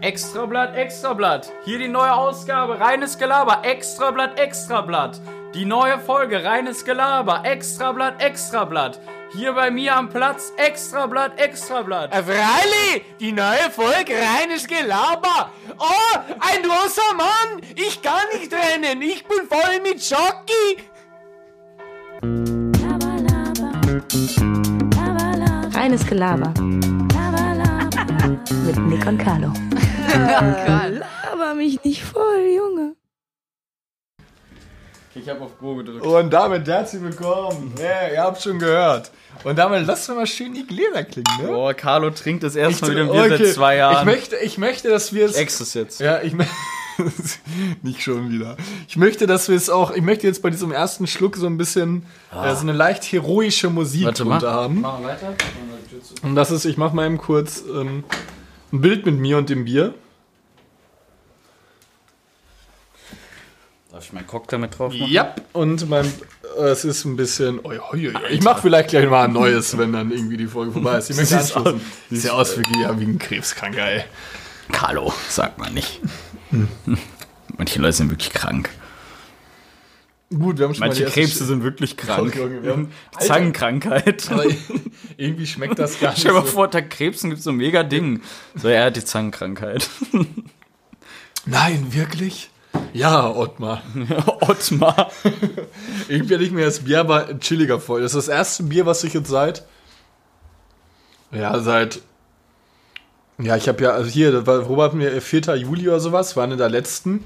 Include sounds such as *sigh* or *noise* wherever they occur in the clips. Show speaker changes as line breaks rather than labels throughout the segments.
Extrablatt, Extrablatt. Hier die neue Ausgabe, reines Gelaber. Extrablatt, Extrablatt. Die neue Folge, reines Gelaber. Extrablatt, Extrablatt. Hier bei mir am Platz, Extrablatt, Extrablatt.
Äh, Freilich, die neue Folge reines Gelaber. Oh, ein großer Mann. Ich kann nicht rennen. Ich bin voll mit Schocki.
Reines Gelaber. Mit Nick und Carlo. Laber mich nicht voll, Junge.
Ich habe auf Go
Oh.
gedrückt.
Und damit herzlich willkommen. Ja, ihr habt schon gehört. Und damit lasst mal schön die Gläser klingen, ne?
Boah, Carlo trinkt das erste Mal wieder ein Bier seit zwei
Ich
Jahren.
möchte, ich möchte, dass wir es.
Ex ist jetzt.
Ja, ich möchte. *laughs* nicht schon wieder. Ich möchte, dass wir es auch. Ich möchte jetzt bei diesem ersten Schluck so ein bisschen äh, so eine leicht heroische Musik
Ah. Warte, Ah. mach-
drunter haben.
Machen wir weiter.
Und das ist, ich mache mal eben kurz ähm, ein Bild mit mir und dem Bier.
Darf ich meinen Cocktail mit drauf machen?
Ja. Und mein, äh, es ist ein bisschen. Oi, oi, oi. Ich mache vielleicht gleich mal ein neues, wenn dann irgendwie die Folge vorbei ist. Ich möchte
Siehst
anstoßen. Sieht ja aus wie, ja, wie ein Krebskranker, ey.
Carlo, sagt man nicht. Hm. Manche Leute sind wirklich krank.
Gut, wir haben schon mal
Manche
die erste
Krebse
Sch-
sind wirklich krank.
Entschuldigung, wir haben-
*laughs* Zangenkrankheit.
Aber *laughs* irgendwie schmeckt das *laughs* gar
*laughs*
nicht.
Stell dir mal
so.
vor, unter Krebsen gibt es so ein mega Ding. So, er hat die Zangenkrankheit. *laughs*
Nein, wirklich? Ja, Ottmar.
Ottmar.
Irgendwie hätte ich mir das Bier aber chilliger voll. Das ist das erste Bier, was ich jetzt seit. Ja, seit. Ja, ich habe ja, also hier, das war, Robert hat mir 4. Juli oder sowas, war eine der letzten.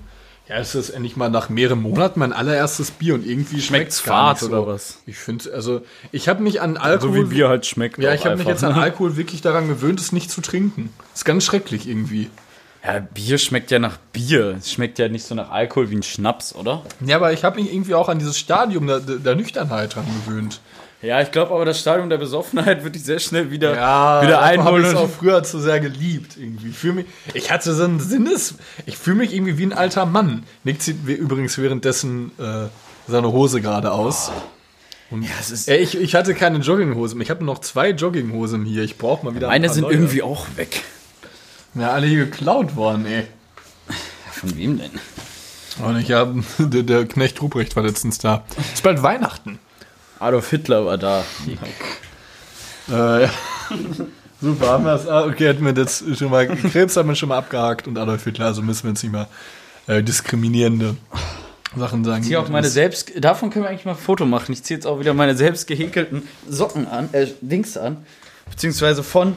Ja, es ist endlich mal nach mehreren Monaten mein allererstes Bier und irgendwie schmeckt
Schmeckt's
es gar
fad
nicht so.
oder was?
Ich finde, also, ich habe mich an Alkohol.
halt schmeckt.
Ja, ich
auch
habe mich jetzt
einfach,
an
ne?
Alkohol wirklich daran gewöhnt, es nicht zu trinken. Ist ganz schrecklich irgendwie.
Ja, Bier schmeckt ja nach Bier. Es schmeckt ja nicht so nach Alkohol wie ein Schnaps, oder?
Ja, aber ich habe mich irgendwie auch an dieses Stadium der, der, der Nüchternheit dran gewöhnt.
Ja, ich glaube aber, das Stadium der Besoffenheit wird dich sehr schnell wieder, *laughs* wieder
wieder einholen. Ich
einholen.
auch
und-
früher zu sehr geliebt irgendwie. Ich fühl mich, ich hatte so einen Sinnes, ich fühle mich irgendwie wie ein alter Mann. Nick zieht wir- übrigens währenddessen äh, seine Hose gerade aus.
Das ist,
Ey, ich, ich hatte keine Jogginghosen. Ich habe noch zwei Jogginghosen hier. Ich brauche mal wieder. ein
meine
paar
sind
neue.
irgendwie auch weg.
ja alle hier geklaut worden. ey.
Von wem denn?
Und ich habe *laughs* der, der Knecht Ruprecht war letztens da. Ist bald Weihnachten.
Adolf Hitler war da.
Äh, ja. *laughs* Super, haben wir es. Ah, okay, hätten wir jetzt schon mal. Krebs haben wir schon mal abgehakt und Adolf Hitler, also müssen wir jetzt nicht mehr äh, diskriminierende Sachen sagen.
ziehe auch meine selbst. Davon können wir eigentlich mal ein Foto machen. Ich ziehe jetzt auch wieder meine selbst gehäkelten Socken an, äh, Dings an. Beziehungsweise von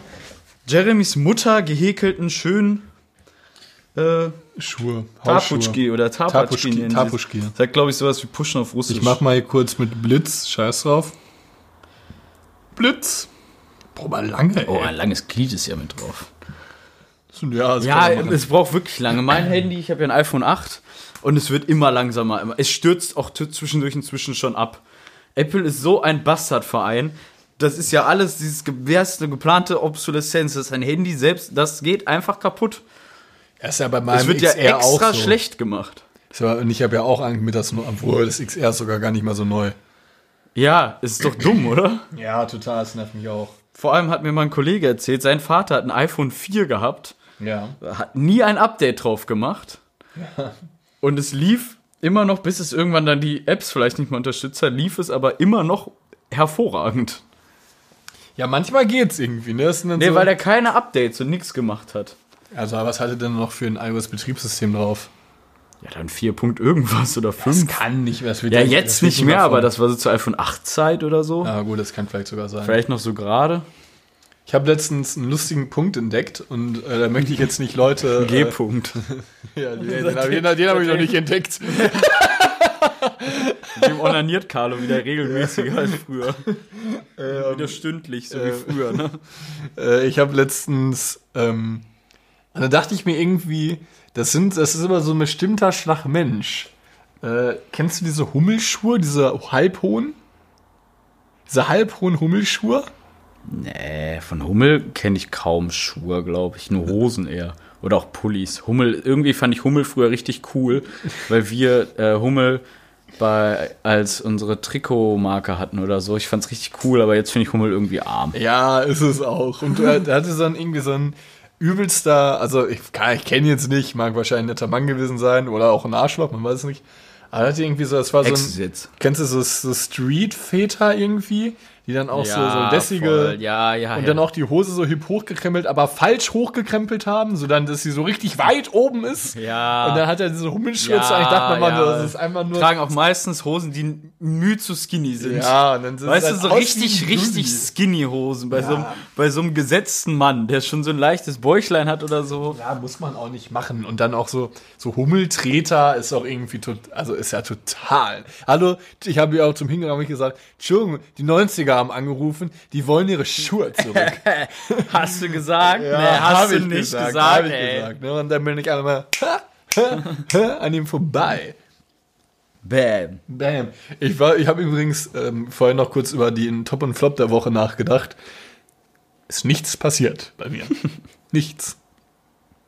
Jeremys Mutter gehäkelten schönen äh,
Schuhe. Hausschuhe.
Taputschki oder Taputschki.
Tapuschki,
nennen sie es.
Tapuschki.
Das hat, glaube ich, sowas wie Pushen auf Russisch.
Ich mach mal hier kurz mit Blitz. Scheiß drauf. Blitz. Boah, mal lange, ey.
Oh, ein langes Glied ist ja mit drauf.
ja, das
Ja,
kann man machen.
es braucht wirklich lange. Mein Handy, ich habe ja ein iPhone 8 und es wird immer langsamer. Immer- Es stürzt auch t- zwischendurch inzwischen schon ab. Apple ist so ein Bastardverein. Das ist ja alles, dieses ge- wer ist eine geplante Obsoleszenz. Das ist ein Handy selbst, das geht einfach kaputt.
Er ist ja bei meinem
Es wird ja
XR auch
extra
so.
schlecht gemacht.
Ist aber- Und ich habe ja auch Angst mit, dass nur, obwohl das XR ist sogar gar nicht mal so neu.
Ja, es ist doch dumm, oder?
Ja, total, das nervt mich auch.
Vor allem hat mir mein Kollege erzählt, sein Vater hat ein iPhone 4 gehabt.
Ja.
hat nie ein Update drauf gemacht. Und es lief immer noch, bis es irgendwann dann die Apps vielleicht nicht mehr unterstützt hat, lief es aber immer noch hervorragend.
Ja, manchmal geht's irgendwie, ne? Das sind dann
Nee,
so
weil er keine Updates und nichts gemacht hat.
Also, was hatte denn noch für ein iOS-Betriebssystem drauf?
Ja, dann 4 Punkt irgendwas oder 5.
kann nicht mehr. Das wird
Ja, jetzt
wird
nicht mehr,
davon.
aber das war so zur iPhone 8 Zeit oder so.
Ah, gut, das kann vielleicht sogar sein.
Vielleicht noch so gerade.
Ich habe letztens einen lustigen Punkt entdeckt und äh, da möchte ich jetzt
*laughs*
nicht Leute. Äh,
G-Punkt. *laughs*
ja, den den, hab ich- den, den habe ich noch nicht entdeckt.
Dem onaniert Carlo wieder regelmäßiger als früher. wieder stündlich, so
äh,
wie früher, ne?
Äh, ich habe letztens. Ähm, und da dachte ich mir irgendwie, das, sind, das ist immer so ein bestimmter Schlag Mensch. Äh, kennst du diese Hummelschuhe, diese halbhohen? Diese halbhohen Hummelschuhe?
Nee, Äh, von Hummel kenne ich kaum Schuhe, glaube ich. Nur Hosen eher. Oder auch Pullis. Hummel, irgendwie fand ich Hummel früher richtig cool, weil wir äh, Hummel bei, als unsere Trikotmarke hatten oder so. Ich fand's richtig cool, aber jetzt finde ich Hummel irgendwie arm.
Ja, ist es auch. Und du hattest dann irgendwie so einen übelster, also ich, kann- ich kenne jetzt nicht, mag wahrscheinlich ein netter Mann gewesen sein oder auch ein Arschloch, man weiß es nicht. Aber das irgendwie so, das war so
Ex ist
ein,
jetzt.
kennst du so, so Street-Väter irgendwie, die dann auch so, so lässige,
voll. Ja, ja,
und
ja.
dann auch die Hose so hip hochgekrempelt, aber falsch hochgekrempelt haben, so dann, dass sie so richtig weit oben ist.
Ja.
Und dann hat er diese Hummelschürze.
Ja,
und ich dachte mir mal,
ja.
das ist einfach nur.
tragen auch meistens Hosen, die müh zu skinny sind.
ja, und dann sieht
Weißt
es
du,
halt
so
aus wie
richtig,
ein
richtig
Dulli.
skinny Hosen bei, so einem, bei so einem gesetzten Mann, der schon so ein leichtes Bäuchlein hat oder so.
Ja, muss man auch nicht machen. Und dann auch so, so Hummeltreter ist auch irgendwie, tot, also ist ja total. Hallo, ich habe ja auch zum Hingang hab ich gesagt, Entschuldigung, die 90er haben angerufen, die wollen ihre Schuhe zurück.
Hast du gesagt?
Ja,
*laughs* nee, hast
hab
du
ich
nicht gesagt,
hab ich
ey.
gesagt, ne? Und dann bin ich einmal *laughs* an ihm vorbei.
Bam.
Bam. Ich, war- ich habe übrigens ähm, vorhin noch kurz über den Top und Flop der Woche nachgedacht. Ist nichts passiert
*laughs*
bei mir. nichts.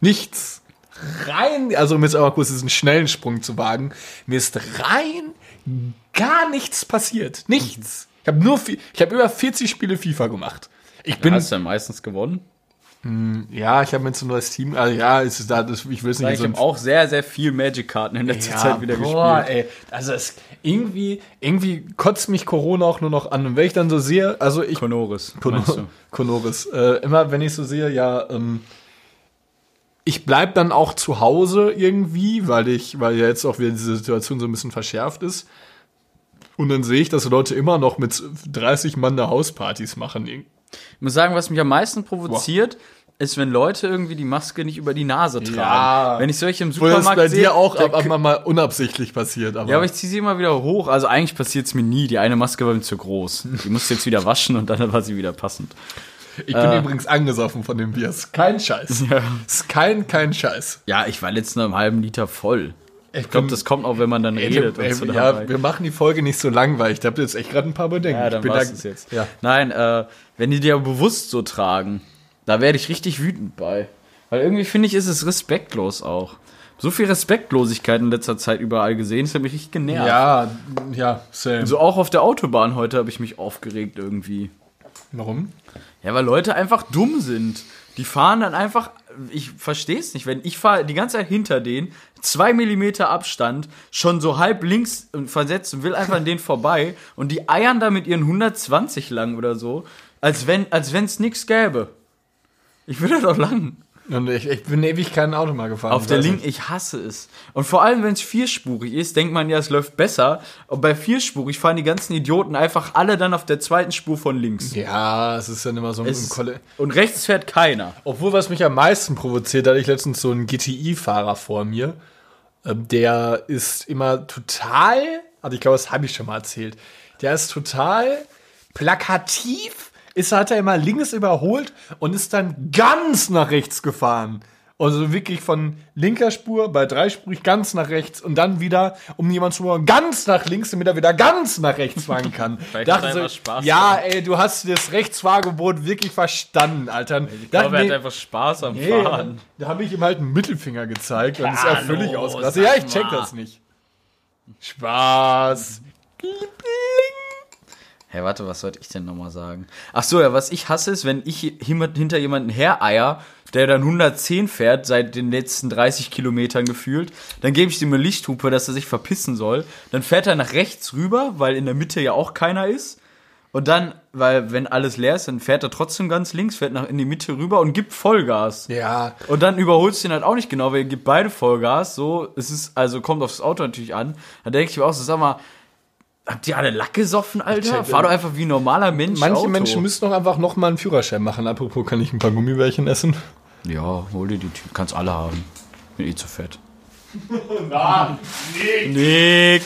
Nichts. Rein, also um jetzt einmal kurz diesen schnellen Sprung zu wagen, mir ist rein gar nichts passiert. Nichts. Ich habe nur, vi- ich habe über 40 Spiele FIFA gemacht. Ich bin,
du ja meistens gewonnen?
ja, ich habe mir jetzt ein neues Team, also ja, es ist da, das, ich will es nicht in
Ich
so ein
habe auch sehr, sehr viel Magic-Karten in letzter Zeit wieder
boah,
gespielt.
Ey. Also es, irgendwie, irgendwie kotzt mich Corona auch nur noch an. Und wenn ich dann so sehe, also ich
Konoris.
Kono-
meinst du?
Konoris, äh, immer wenn ich so sehe, ja, ähm, ich bleib dann auch zu Hause irgendwie, weil ich, weil ja jetzt auch wieder diese Situation so ein bisschen verschärft ist. Und dann sehe ich, dass Leute immer noch mit 30 Mann da Hauspartys machen. Irg-
Ich muss sagen, was mich am meisten provoziert, ist, wenn Leute irgendwie die Maske nicht über die Nase tragen.
Ja.
Wenn ich solche im
Obwohl das
Supermarkt
bei
sehe,
dir auch
da
ab, ab, mal unabsichtlich passiert. Aber,
Ja, aber ich ziehe sie immer wieder hoch. Also eigentlich passiert es mir nie. Die eine Maske war mir zu groß. Die musste jetzt wieder waschen und dann war sie wieder passend.
ich bin übrigens angesoffen von dem Bier. Ist kein Scheiß. *laughs* Ist kein, kein Scheiß.
Ja, ich war letztens nach einem halben Liter voll. Ich glaube,
bin-
das kommt auch, wenn man dann redet.
Ey,
und so dabei.
ja, wir machen die Folge nicht so langweilig. Ich habe jetzt echt gerade ein paar Bedenken.
ja
ich
dann
bin
war
da-
es jetzt.
Ja.
Nein, äh, wenn die dir bewusst so tragen, da werde ich richtig wütend bei. Weil irgendwie finde ich, ist es respektlos auch. So viel Respektlosigkeit in letzter Zeit überall gesehen, das hat mich richtig genervt.
ja, ja, same.
So auch auf der Autobahn heute habe ich mich aufgeregt irgendwie.
Warum?
Ja, weil Leute einfach dumm sind. Die fahren dann einfach, ich verstehe es nicht, wenn ich fahre die ganze Zeit hinter denen, zwei Millimeter Abstand, schon so halb links und versetzt und will einfach an denen vorbei und die eiern da mit ihren 120 lang oder so, als wenn als wenn's nix gäbe. Ich will da doch lang.
Und ich, ich bin ewig kein Auto mal gefahren.
Auf
Ich
der
weiß
linken,
nicht.
ich hasse es. Und vor allem, wenn es vierspurig ist, denkt man ja, es läuft besser. Und bei vierspurig fahren die ganzen Idioten einfach alle dann auf der zweiten Spur von links.
Ja, es ist dann immer so ein
Es,
Kolle.
und rechts fährt keiner.
Obwohl, was mich am meisten provoziert, hatte ich letztens so einen GTI-Fahrer vor mir. Ähm, Der ist immer total, also ich glaube, das habe ich schon mal erzählt. Der ist total plakativ, ist, hat er immer links überholt und ist dann ganz nach rechts gefahren. Also wirklich von linker Spur bei dreispurig ganz nach rechts und dann wieder um jemanden zu überholen, ganz nach links, damit er wieder ganz nach rechts
*laughs*
fahren kann.
Vielleicht hat
Dachte
er
so,
einfach Spaß
ja, ey, du hast das Rechtsfahrgebot wirklich verstanden, Alter. Ich
Ich glaube, er hat einfach Spaß am
Nee,
Fahren.
Da habe ich ihm halt einen Mittelfinger gezeigt und ist
Hallo,
ja völlig ausgerastet. Ja,
sag
ich check
mal.
das nicht. Spaß.
Hey, warte, was sollte ich denn nochmal sagen? Ach so, ja, was ich hasse ist, wenn ich jemand- hinter jemanden hereier, der dann 110 fährt, seit den letzten 30 Kilometern gefühlt, dann gebe ich ihm eine Lichthupe, dass er sich verpissen soll. Dann fährt er nach rechts rüber, weil in der Mitte ja auch keiner ist. Und dann, weil wenn alles leer ist, dann fährt er trotzdem ganz links, fährt nach in die Mitte rüber und gibt Vollgas.
Ja.
Und dann überholst du ihn halt auch nicht genau, weil ihr gibt beide Vollgas. So, es ist, also kommt aufs Auto natürlich an. Da denke ich mir auch so, sag mal, habt ihr alle Lack gesoffen, Alter?
check-
Fahr doch einfach wie ein normaler Mensch.
Manche
Auto.
Menschen müssen doch einfach nochmal einen Führerschein machen. Apropos, kann ich ein paar Gummibärchen essen?
Ja, hol dir die Tüte. Kannst alle haben. Bin eh zu fett. Nick. Nick.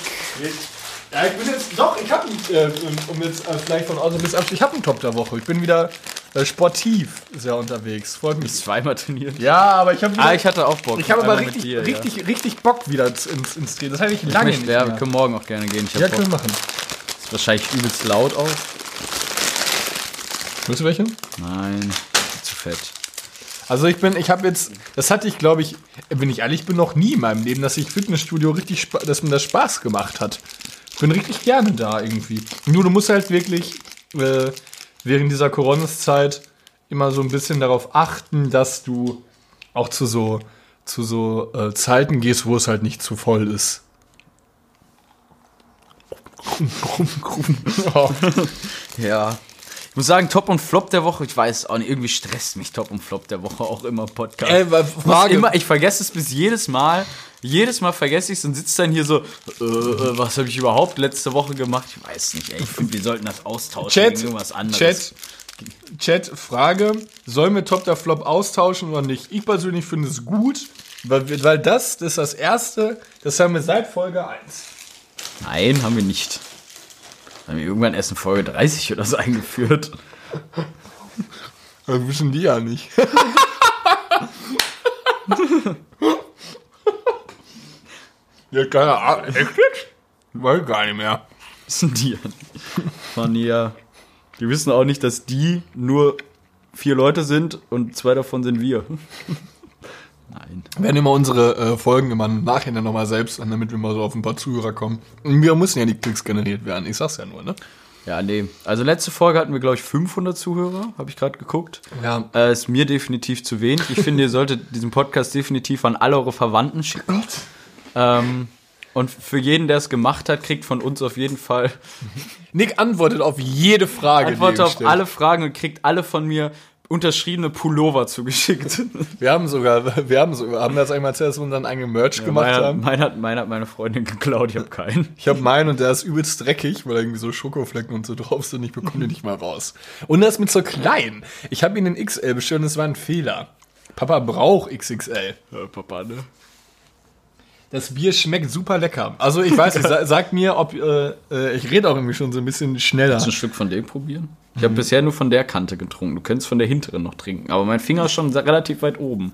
Ja, ich bin jetzt, doch, ich habe äh, um jetzt äh, vielleicht von außen bis ab, ich habe einen Top der Woche. Ich bin wieder äh, sportiv sehr unterwegs. Freut mich.
Zweimal trainiert.
Ja, aber ich habe
Ah, ich hatte auch Bock.
ich habe
Einmal
aber
mit
richtig,
dir,
richtig, richtig Bock wieder ins, ins, ins Drehen. Das hatte ich
Ja.
lange nicht
Möchte, ja, wir
mehr.
können morgen auch gerne gehen. Ich
Ja,
hab
können wir
Bock.
machen.
Ist wahrscheinlich übelst laut auch.
Willst du welche?
Nein, zu fett.
Also ich bin, ich habe jetzt, das hatte ich glaube ich, wenn ich ehrlich bin, noch nie in meinem Leben, dass ich Fitnessstudio richtig, spa- dass mir das Spaß gemacht hat. Ich bin richtig gerne da irgendwie. Nur du musst halt wirklich äh, während dieser Corona-Zeit immer so ein bisschen darauf achten, dass du auch zu so, zu so äh, Zeiten gehst, wo es halt nicht zu voll ist. *laughs* Oh.
Ja. Ich muss sagen, Top und Flop der Woche, ich weiß auch nicht, irgendwie stresst mich Top und Flop der Woche auch immer im Podcast.
Ey, weil
Ich muss
Frage-
Immer, ich vergesse es bis jedes Mal. Jedes Mal vergesse ich es und sitze dann hier so, äh, äh, was habe ich überhaupt letzte Woche gemacht? Ich weiß nicht, ey. Ich finde, wir sollten das austauschen.
Chat,
gegen irgendwas anderes.
Chat, Chat, Frage, sollen wir Top der Flop austauschen oder nicht? Ich persönlich finde es gut, weil, wir- weil das, das ist das Erste, das haben wir seit Folge 1.
Nein, haben wir nicht. Haben wir irgendwann erst in Folge 30 oder so eingeführt.
Das wissen die ja nicht. *laughs* ja, keine Ahnung. Echt jetzt? Ich weiß gar nicht mehr.
Das sind *laughs* die. Waren die ja. Die wissen auch nicht, dass die nur vier Leute sind und zwei davon sind wir. *laughs* Nein.
Wir werden immer unsere äh, Folgen immer im Nachhinein nochmal selbst an, damit wir mal so auf ein paar Zuhörer kommen. Und wir müssen ja die Klicks generiert werden. Ich sag's ja nur, ne?
Ja, nee. Also letzte Folge hatten wir, glaube ich, 500 Zuhörer, habe ich gerade geguckt.
Ja.
Äh, ist mir definitiv zu wenig. Ich finde, ihr solltet diesen Podcast definitiv an alle eure Verwandten schicken.
Oh
Ähm, und für jeden, der es gemacht hat, kriegt von uns auf jeden Fall
Nick antwortet auf jede Frage. die
Antwort
ihm
auf
stellt.
alle Fragen und kriegt alle von mir unterschriebene Pullover
*laughs*
zugeschickt.
Wir haben sogar, *laughs* wir haben sogar, haben das einmal zuerst unseren eigenen Merch gemacht
Meiner-
haben.
meiner hat, meiner hat meine Freundin geklaut, ich habe keinen.
Ich habe meinen und der ist übelst dreckig, weil da irgendwie so Schokoflecken und so drauf sind. Ich bekomme den nicht mal raus. Und das mit so klein. Ich habe ihn in XL bestellt und es war ein Fehler. Papa braucht XXL.
*laughs* Ja, Papa, ne?
Das Bier schmeckt super lecker. Also ich weiß,
*laughs*
nicht, sa sag mir, ob äh, äh, ich rede auch irgendwie schon so ein bisschen schneller.
ein Stück von dem probieren? Ich habe bisher nur von der Kante getrunken. Du könntest von der hinteren noch trinken, aber mein Finger ist schon sa- relativ weit oben.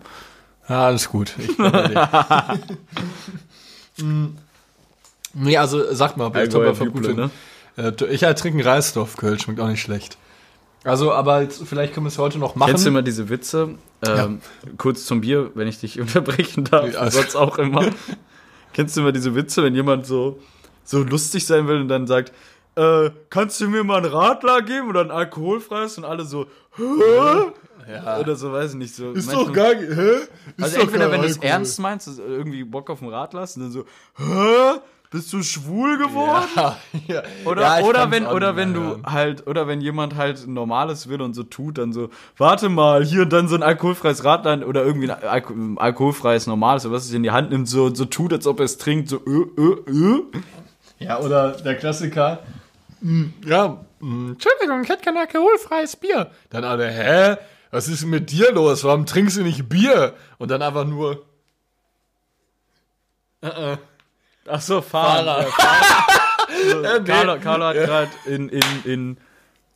Ah, alles gut. Ich bin bei dir. Mm. *laughs* nee, also sag mal, ob ihr Topper vergut
Alkohol, ne?
Äh, Ich halt trinke einen Reisdorfkölsch, schmeckt auch nicht schlecht. Also, aber jetzt, vielleicht können wir es heute noch machen.
Kennst du immer diese Witze? Ähm, Kurz zum Bier, wenn ich dich *laughs* unterbrechen darf,
Ja. also-
sonst auch
*laughs*
immer. Kennst du immer diese Witze, wenn jemand so, so lustig sein will und dann sagt, äh, kannst du mir mal einen Radler geben oder ein alkoholfreies? Und alle so, Hä? Oder so, weiß ich nicht. So
ist
manchmal-
doch gar nicht, hä? Ist
Also
doch
entweder
gar
wenn du es
Alkohol.
ernst meinst, dass du irgendwie Bock auf den Radler hast und dann so, hä? Bist du schwul geworden?
Ja, *laughs* ja.
Oder,
Ja, ich
oder
kann's
wenn,
auch
oder
nicht
wenn
mehr
du
hören.
halt, oder wenn jemand halt ein normales will und so tut, dann so, warte mal, hier und dann so ein alkoholfreies Radlein oder irgendwie ein Alko ein alkoholfreies normales, oder was es in die Hand nimmt, so, so tut, als ob er es trinkt, so, "Äh, ö, ö, ö.
Ja, oder der Klassiker. mm, Ja, mm, Entschuldigung, ich hätte kein alkoholfreies Bier. Dann alle, hä? Was ist mit dir los? Warum trinkst du nicht Bier? Und dann einfach nur.
Ach so, Fahrer.
*laughs*
Ja, Carlo, Carlo hat gerade in, in, in,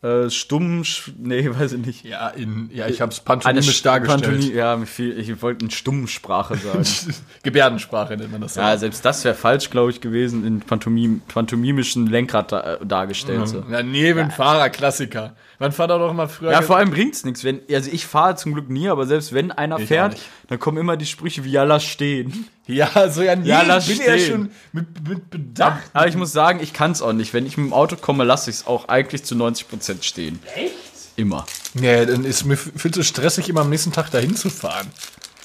äh, stumm, sch- nee, weiß ich nicht.
Ja, in, ja ich hab's
Eine
pantomimisch
Sch-
dargestellt.
Pantomime- ja, mir fiel, ich wollte in Stummsprache
*laughs*
sagen.
Gebärdensprache nennt man das.
ja, selbst das wäre falsch, glaube ich, gewesen, in pantomim, pantomimischen Lenkrad da, äh,
Mhm.
dargestellt. So.
also. Nebenfahrer, Klassiker. Man fand auch noch mal früher.
Ja, vor allem bringt's nichts, wenn also ich fahre zum Glück nie, aber selbst wenn einer
Ich auch
fährt,
nicht.
dann kommen immer die Sprüche wie ja lass stehen.
ja so ja, nee,
Ja,
ich
lass
bin ja
stehen.
schon mit, mit Bedacht.
Aber ich muss sagen, ich kann's auch nicht, wenn ich mit dem Auto komme, lasse ich's auch eigentlich zu 90 stehen. Echt? Immer.
Nee, dann ist mir f- viel zu stressig, immer am nächsten Tag dahin zu fahren.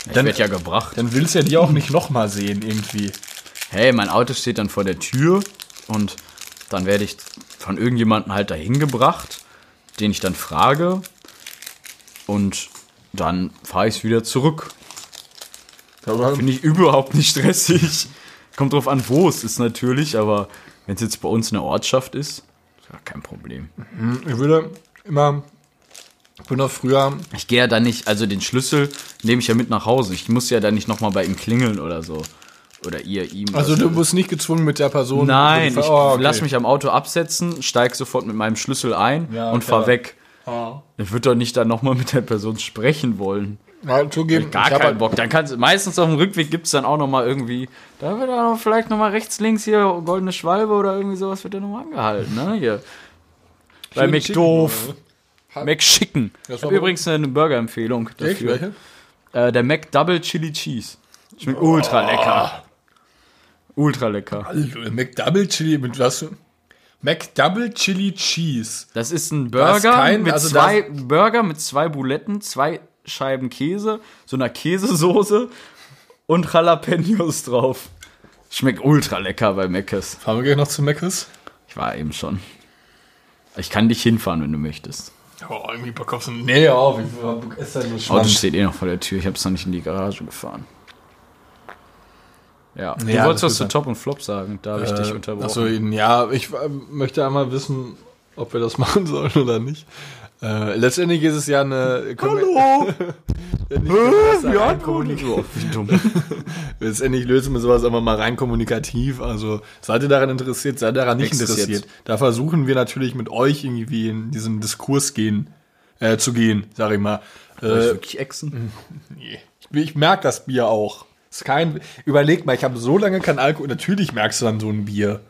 Dann
Dann-
wird ja gebracht.
Dann willst du ja die auch nicht noch mal sehen irgendwie.
Hey, mein Auto steht dann vor der Tür und dann werde ich von irgendjemandem halt dahin gebracht, den ich dann frage und dann fahre ich wieder zurück.
Aber
Finde ich überhaupt nicht stressig. Kommt drauf an, wo es ist natürlich, aber wenn es jetzt bei uns eine Ortschaft ist, ist ja kein Problem.
ich würde immer, ich bin noch früher,
Ich gehe ja dann nicht, also den Schlüssel nehme ich ja mit nach Hause. Ich muss ja dann nicht nochmal bei ihm klingeln oder so. Oder ihr, ihm.
also
was
du
weiß
bist nicht gezwungen mit der Person.
Nein,
Oh,
ich
okay.
lass mich am Auto absetzen, steig sofort mit meinem Schlüssel ein
Ja,
und
klar.
fahr weg.
Ja.
Ich würde doch nicht dann nochmal mit der Person sprechen wollen.
Ja, zugeben,
Gar
ich hab
keinen
halt-
Bock. Dann kannst meistens auf dem Rückweg gibt's dann auch nochmal irgendwie, da wird dann auch vielleicht nochmal rechts, links hier, goldene Schwalbe oder irgendwie sowas wird dann nochmal angehalten, ne? Hier. Bei
Schön
Mac
schicken,
doof.
oder?
Mac schicken.
Das
Ich
war
habe
aber-
übrigens eine Burger-Empfehlung
Echt,
dafür.
welche?
Äh, der Mac Double Chili Cheese. Schmeckt ultra
Oh.
lecker. Ultra lecker.
Hallo, McDouble Chili mit was? McDouble Chili Cheese.
Das ist ein
Da ist
Burger
kein-
mit
also da
zwei Burger mit zwei Buletten, zwei Scheiben Käse, so einer Käsesoße und Jalapenos drauf. Schmeckt ultra lecker bei Meckes.
Fahren wir gleich noch zu Meckes?
Ich war eben schon. Ich kann dich hinfahren, wenn du möchtest.
Oh, irgendwie Bock auf so Nee, auf. Ich esse halt nur
Auto steht eh noch vor der Tür. Ich habe es noch nicht in die Garage gefahren. Ja,
Ja, Äh,
du wolltest
das
was
wird
zu
sein.
Top und Flop sagen. Da habe ich dich unterbrochen.
Achso, ja, ich äh, möchte einmal wissen, ob wir das *laughs* machen sollen oder nicht. Äh, letztendlich ist es ja eine. Hallo! *laughs* ja, *laughs* Letztendlich lösen wir sowas aber mal rein kommunikativ. Also seid ihr daran interessiert, seid ihr daran nicht
Nächstes
interessiert. Da versuchen wir natürlich mit euch irgendwie in diesen Diskurs gehen, äh, zu gehen, sag ich mal.
Soll ich
Äh,
wirklich exen?
Nee. Ich, ich merke das Bier auch. Ist kein, überleg mal, ich habe so lange kein Alkohol. Natürlich merkst du dann so ein Bier.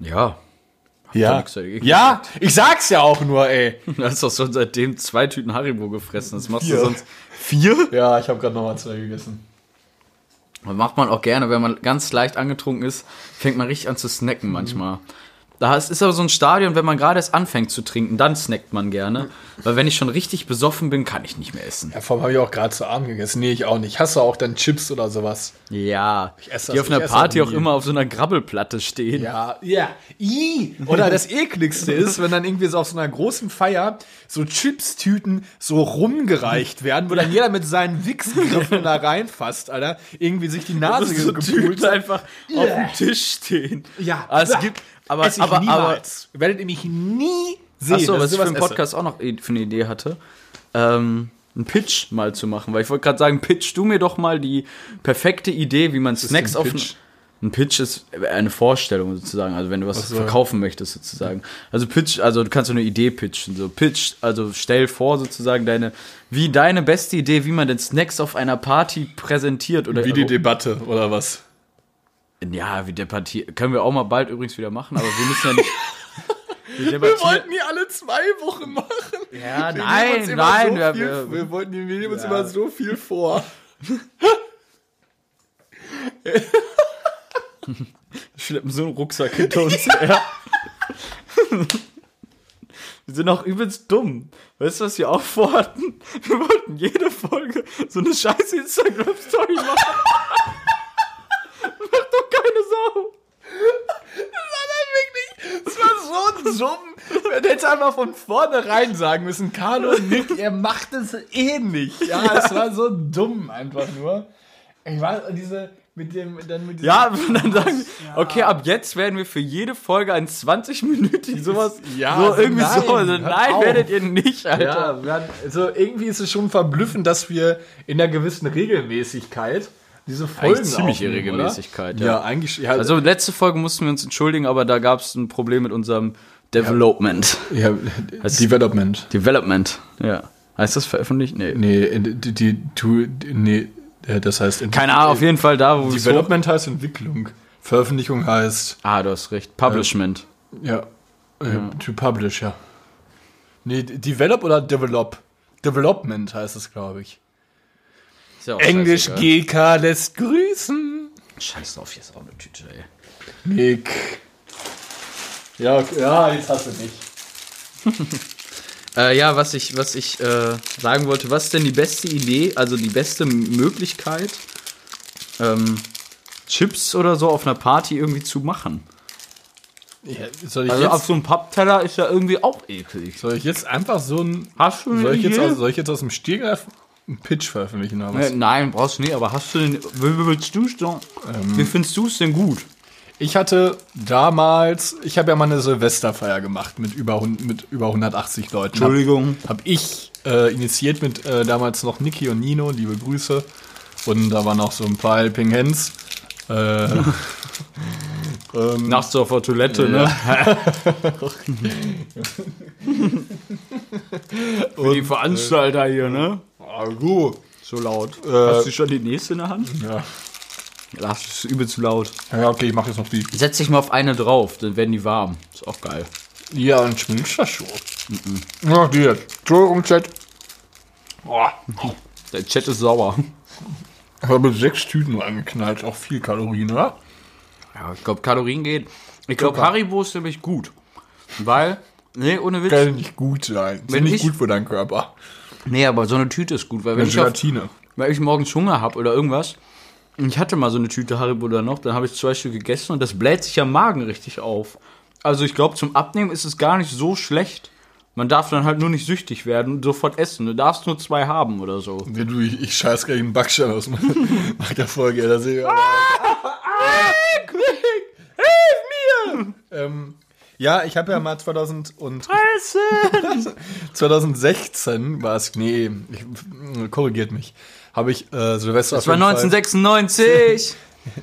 Ja. *laughs* doch
Ja.
nichts dagegen.
ja, ich sag's ja auch nur, ey.
Du hast doch schon seitdem zwei Tüten Haribo gefressen. Das machst
Vier.
du sonst. Vier?
Ja, ich habe gerade nochmal zwei gegessen.
Das macht man auch gerne, wenn man ganz leicht angetrunken ist, fängt man richtig an zu snacken manchmal. Da ist, ist aber so ein Stadion, wenn man gerade erst anfängt zu trinken, dann snackt man gerne. Weil wenn ich schon richtig besoffen bin, kann ich nicht mehr essen.
Ja, vor allem habe ich auch gerade zu Abend gegessen. Nee, ich auch nicht. Hast du auch dann Chips oder sowas?
Ja.
esse
die
das-
auf einer
ich esse
Party
das
auch
nie.
immer auf so einer Grabbelplatte stehen.
Ja, ja. I. Oder *laughs* das ekligste ist, wenn dann irgendwie so auf so einer großen Feier so Chips-Tüten so rumgereicht werden, wo dann jeder mit seinen Wichsgriffen da reinfasst, Alter. Irgendwie sich die
Dass
Nase
*laughs* so
gepult
Typen einfach auf dem Tisch stehen.
Ja.
Aber Ah, es gibt. Aber,
Esse ich
aber, aber
niemals. Werdet ihr mich nie sehen.
Achso,
dass
was ich für
sowas
einen Podcast auch noch i- für eine Idee hatte, ähm, einen Pitch mal zu machen, weil ich wollte gerade sagen, pitch du mir doch mal die perfekte Idee, wie man Snacks
denn
auf
Pitch?
ein Pitch ist eine Vorstellung sozusagen, also wenn du was
so.
verkaufen möchtest sozusagen. Also Pitch, also du kannst so eine Idee pitchen, so Pitch, also stell vor sozusagen deine, wie deine beste Idee, wie man den Snacks auf einer Party präsentiert oder also,
esse. Wie die Debatte oder was?
ja, wie debattieren können wir auch mal bald übrigens wieder machen, aber wir müssen ja
*laughs*
nicht. Wir
Wir
debattieren.
wollten die alle zwei Wochen machen.
Ja,
Wir
nein,
nehmen uns immer
nein,
so
wir-
viel,
wir-
wir, wollten, wir nehmen uns immer so viel vor.
schleppen so einen *laughs* Rucksack hinter uns her. Wir sind auch übelst dumm. Weißt du, was wir auch vorhatten? Wir wollten jede Folge so eine scheiß Instagram-Story machen.
*laughs*
Macht doch keine Sau.
Das war so dumm. Man hätte einfach von vornherein sagen müssen, Carlo und Nick, ihr macht es eh nicht. Ja, es war so dumm einfach nur. Ich war diese mit dem dann mit diesem
Ja, *laughs* und dann sagen wir, okay, ab jetzt werden wir für jede Folge ein 20-minütig sowas.
Ja,
so
also
irgendwie
nein,
so. Also,
hört
nein,
auf.
werdet ihr nicht, Alter.
Ja, wir hatten- also irgendwie ist es schon verblüffend, dass wir in einer gewissen Regelmäßigkeit diese Folgen
ziemliche
aufnehmen, oder?
Regelmäßigkeit, ja.
ja. eigentlich ja,
Also, letzte Folge mussten wir uns entschuldigen, aber da gab es ein Problem mit unserem Development.
Ja, äh, Development.
Development. Ja. Heißt das veröffentlicht? Nee.
Nee, äh, die, die, du, die- nee, äh, das heißt. Ent-
Keine Ahnung, auf jeden Fall da, wo
äh,
wir
Development heißt Entwicklung. Veröffentlichung heißt,
Ah, du hast recht. Publishment.
ja, äh, to publish, ja. Nee, d- develop oder develop? Development heißt es, glaube ich.
Ist ja auch scheißegal.
GK lässt grüßen.
Scheiß drauf, hier ist auch eine Tüte, ey.
Nick. Ja, ok- ja, jetzt hast du dich.
*laughs* Äh, ja, was ich, was ich äh, sagen wollte, was ist denn die beste Idee, also die beste M- Möglichkeit, ähm, Chips oder so auf einer Party irgendwie zu machen?
Ja, soll, ich
Also auf
jetzt,
so einem Pappteller ist ja irgendwie auch eklig.
soll ich jetzt einfach so ein.
Hast du eine
Soll ich jetzt also
Idee?
aus, soll ich jetzt aus dem Stehgreif einen Pitch veröffentlichen? Oder was?
Äh, nein, brauchst du nicht, aber hast du denn, wie, willst du's denn,
Ähm.
wie findest du es denn gut?
Ich hatte damals, ich habe ja mal eine Silvesterfeier gemacht mit über, hun- mit über 180 Leuten.
Entschuldigung.
Habe hab ich äh, initiiert mit äh, damals noch Niki und Nino, liebe Grüße. Und da waren noch so ein paar Helping Hands. Äh, *laughs* ähm,
Nachts auf der Toilette, ne?
*laughs*
Für die Veranstalter hier, ne?
ah, gut.
So laut.
Hast
du schon die nächste in der Hand?
äh, Ja.
Das ist übel zu laut.
ja, okay, ich mache jetzt noch die.
Setz dich mal auf eine drauf, dann werden die warm. Ist auch geil.
Ja, und schmilzt das schon.
Mhm.
Ja, die jetzt. Entschuldigung, Chat. Boah,
Der Chat ist sauer.
ich habe sechs Tüten angeknallt, auch viel Kalorien, oder?
Ja, ich glaube, Kalorien geht. Ich glaube, Haribo ist nämlich gut. Weil, nee, ohne Witz,
Kann nicht gut sein. Sind
Wenn
nicht
ich-
gut für deinen Körper.
Nee, aber so eine Tüte ist gut, weil wenn, ich, auf,
Gelatine.
weil ich morgens Hunger habe oder irgendwas, und ich hatte mal so eine Tüte Haribo da noch, dann habe ich zwei Stück gegessen und das bläht sich am Magen richtig auf. Also ich glaube, zum Abnehmen ist es gar nicht so schlecht. Man darf dann halt nur nicht süchtig werden und sofort essen. Du darfst nur zwei haben oder so.
Ja, du, ich, ich scheiß gleich einen Backstein aus meiner- nach der Folge. Da sehe ich, ähm, ja, ich habe ja mal 2000 und 2016 war es, nee, ich, korrigiert mich, habe ich äh, Silvester
Das war 1996.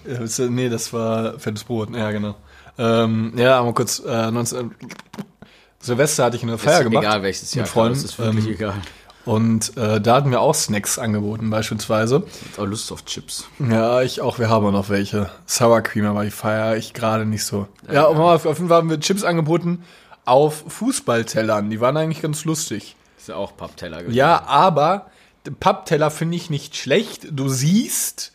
Ja, wisst ihr, nee, das war fettes Brot. Ja, genau. Ähm, ja, aber kurz, äh, 19, Silvester hatte ich eine *laughs* Feier gemacht.
Egal welches Jahr.
Mit Freunden.
Das ist wirklich
ähm,
egal.
Und äh, da hatten wir auch Snacks angeboten, beispielsweise.
Jetzt auch Lust auf Chips.
Ja, ich auch, wir haben auch noch welche. Sour Cream, aber die feiere ich gerade nicht so. Ja, und auf, auf jeden Fall haben wir Chips angeboten auf Fußballtellern. Die waren eigentlich ganz lustig.
Ist ja auch Pappteller gewesen.
Ja, aber den Pappteller finde ich nicht schlecht. Du siehst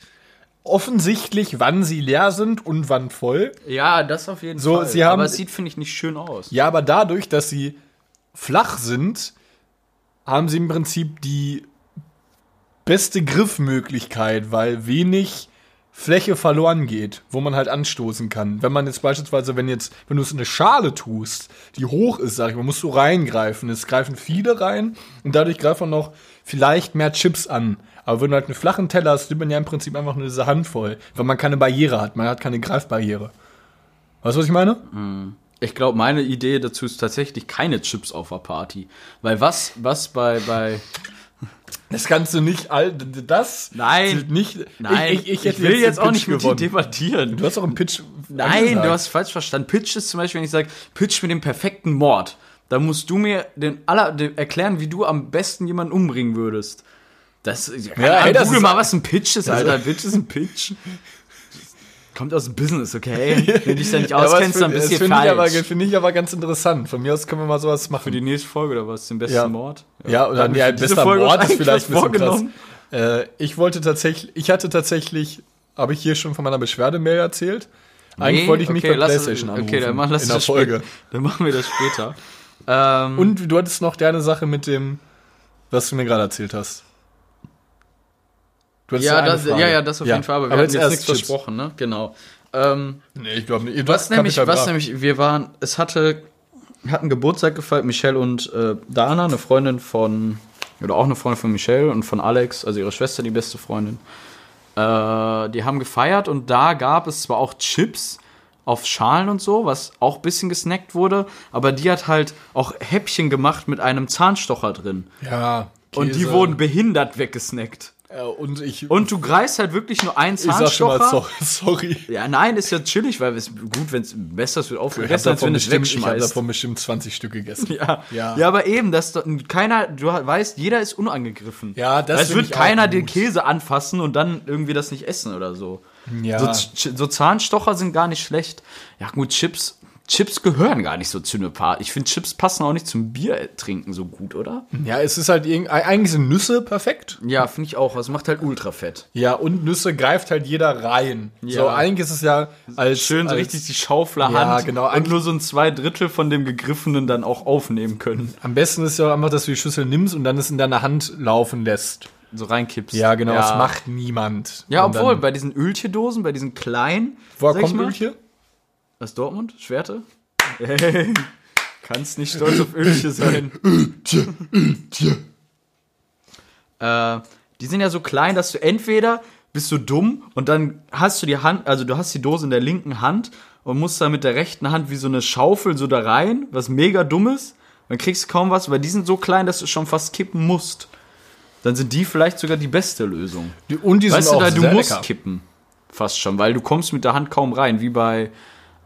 offensichtlich, wann sie leer sind und wann voll.
Ja, das auf jeden
So,
Fall.
sie haben-
aber es sieht, finde ich, nicht schön aus.
Ja, aber dadurch, dass sie flach sind, haben sie im Prinzip die beste Griffmöglichkeit, weil wenig Fläche verloren geht, wo man halt anstoßen kann. Wenn man jetzt beispielsweise, wenn jetzt, wenn du es in eine Schale tust, die hoch ist, sag ich mal, musst du reingreifen. Es greifen viele rein und dadurch greift man noch vielleicht mehr Chips an. Aber wenn du halt einen flachen Teller hast, nimmt man ja im Prinzip einfach nur diese Handvoll, weil man keine Barriere hat. Man hat keine Greifbarriere. Weißt du, was ich meine?
Ich glaube, meine Idee dazu ist tatsächlich keine Chips auf der Party. Weil was, was bei, bei.
Das kannst du nicht, all- das
Nein.
zählt nicht.
Nein,
ich, ich, ich, hätte
will jetzt
den
auch
Pitch
nicht mit dir debattieren.
Du hast auch einen Pitch.
Nein,
angesagt.
du hast falsch verstanden. Pitch ist zum Beispiel, wenn ich sage, pitch mir den perfekten Mord. Dann musst du mir den aller, den, erklären, wie du am besten jemanden umbringen würdest. Das, ja, keine Ahnung,
ey, das
google
ist- Also-
mal, was ein Pitch ist, Alter. Ein Pitch ist ein Pitch. Kommt aus dem Business, okay? Wenn du dich da nicht
*laughs* Ja, aber
auskennst,
das
dann bist
find-
du
das find
falsch.
ich aber- Finde ich aber ganz interessant. Von mir aus können wir mal sowas machen.
Für die nächste Folge oder was? Den besten
Ja.
Mord?
ja, oder
Haben
nee,
wir
ein
diese
bester
Folge
Mord
uns
ist vielleicht ein
eigentlich
bisschen krass.
vorgenommen?
Äh, ich wollte tatsächlich, ich hatte tatsächlich, habe ich hier schon von meiner Beschwerdemail erzählt? Eigentlich
Nee,
wollte ich mich bei
lass-
PlayStation anrufen.
Okay, dann, machen, lass
in der
das
Folge.
Spät, dann machen wir das später. ähm,
Und du hattest noch deine Sache mit dem, was du mir gerade erzählt hast. Du hattest
ja,
eine
das,
Frage.
ja, ja, das auf jeden Fall, aber wir haben jetzt
erst
nichts
Chips.
versprochen, ne? Genau. Ähm,
Nee, ich halt glaube nicht.
was nämlich,
Capital
was
Bra.
nämlich, wir waren, es hatte, hatten Geburtstag gefeiert, Michelle und äh, Dana, eine Freundin von, oder auch eine Freundin von Michelle und von Alex, also ihre Schwester, die beste Freundin. Äh, die haben gefeiert und da gab es zwar auch Chips auf Schalen und so, was auch ein bisschen gesnackt wurde, aber die hat halt auch Häppchen gemacht mit einem Zahnstocher drin.
Ja.
Und die
Käse.
wurden behindert weggesnackt.
Äh, und ich.
Und du greifst halt wirklich nur einen
ich
Zahnstocher.
sag schon mal so, sorry. *laughs*
Ja, nein, ist ja chillig, weil es gut, wenn es besser ist, wird
Ich hab,
aufgegessen, als
davon
wenn es
bestimmt, ich hab
wegschmeißt.
davon bestimmt 20 Stück
*laughs*
gegessen.
Ja.
Ja.
Ja. aber eben, dass da, keiner, du weißt, jeder ist unangegriffen.
Ja, das
Weil Es
find
wird
ich auch
keiner
gut.
den Käse anfassen und dann irgendwie das nicht essen oder so.
Ja.
So, Z- so Zahnstocher sind gar nicht schlecht. Ja, gut, Chips. Chips gehören gar nicht so zu einer Party. Ich finde, Chips passen auch nicht zum Bier trinken so gut, oder?
Ja, es ist halt irgendwie. Eigentlich sind Nüsse perfekt.
Ja, finde ich auch. Es macht halt ultra fett.
Ja, und Nüsse greift halt jeder rein. So, eigentlich ist es ja als.
Schön so
als,
richtig die Schauflerhand
Ja, genau.
und nur so ein zwei Drittel von dem Gegriffenen dann auch aufnehmen können.
Am besten ist ja einfach, dass du die Schüssel nimmst und dann es in deiner Hand laufen lässt.
So reinkippst.
Ja, genau. Das
macht
macht niemand.
Ja,
Und
obwohl,
Dann,
bei diesen Öltje-Dosen, bei diesen kleinen.
woher
sag ich
kommt
mal-
Ölche?
Aus Dortmund? Schwerte? *laughs* Hey, kannst nicht stolz auf Öltje sein. äh, die sind ja so klein, dass du entweder bist du dumm und dann hast du die Hand, also du hast die Dose in der linken Hand und musst dann mit der rechten Hand wie so eine Schaufel so da rein, was mega dumm ist. Dann kriegst du kaum was, weil die sind so klein, dass du schon fast kippen musst. Dann sind die vielleicht sogar die beste Lösung.
Die- Und die
Weißt
sind
du,
auch
da, du
sehr
musst
lecker.
kippen. Fast schon, weil du kommst mit der Hand kaum rein, wie bei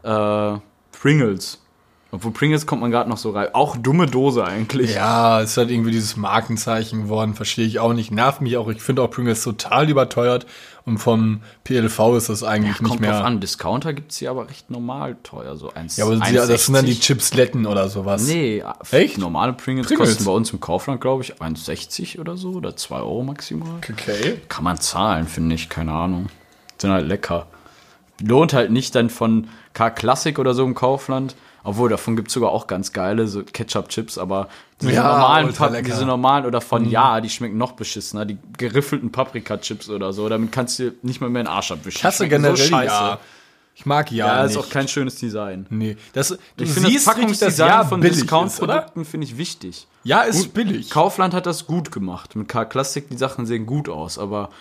äh, Pringles. Obwohl Pringles kommt man gerade noch so rein. Auch dumme Dose eigentlich.
Ja, es ist halt irgendwie dieses Markenzeichen geworden, verstehe ich auch nicht, nervt mich auch. Ich finde auch Pringles total überteuert und vom PLV ist das eigentlich nicht
Kommt drauf
mehr.
an, Discounter gibt es hier aber recht normal teuer. So 1,
Ja, aber das, ja, das sind dann die Chipsletten oder sowas.
Nee,
Echt?
echt? normale Pringles,
Pringles?
kosten bei uns im Kaufland, glaube ich, 1,60 oder so oder 2 Euro maximal.
Okay.
Kann man zahlen, finde ich, keine Ahnung. Sind halt lecker. Lohnt halt nicht dann von K-Klassik oder so im Kaufland Obwohl, davon gibt es sogar auch ganz geile, so Ketchup-Chips, aber diese
Ja,
normalen,
ultra
Pap-
lecker. Mhm.
diese normalen oder von Ja, die schmecken noch beschissener, die geriffelten Paprika-Chips oder so. Damit kannst du nicht mal mehr einen Arsch abwischen.
Ich hasse
Schmecken
generell
so scheiße.
ja. Ich mag ja.
Ja,
nicht.
ist auch kein schönes Design.
Nee, das, du
Ich finde das
richtig, dass
Packungsdesign
Ja
von
billig ist,
Discount-Produkten finde ich wichtig.
Ja, ist billig.
Kaufland hat das gut gemacht. Mit K-Klassik, die Sachen sehen gut aus, aber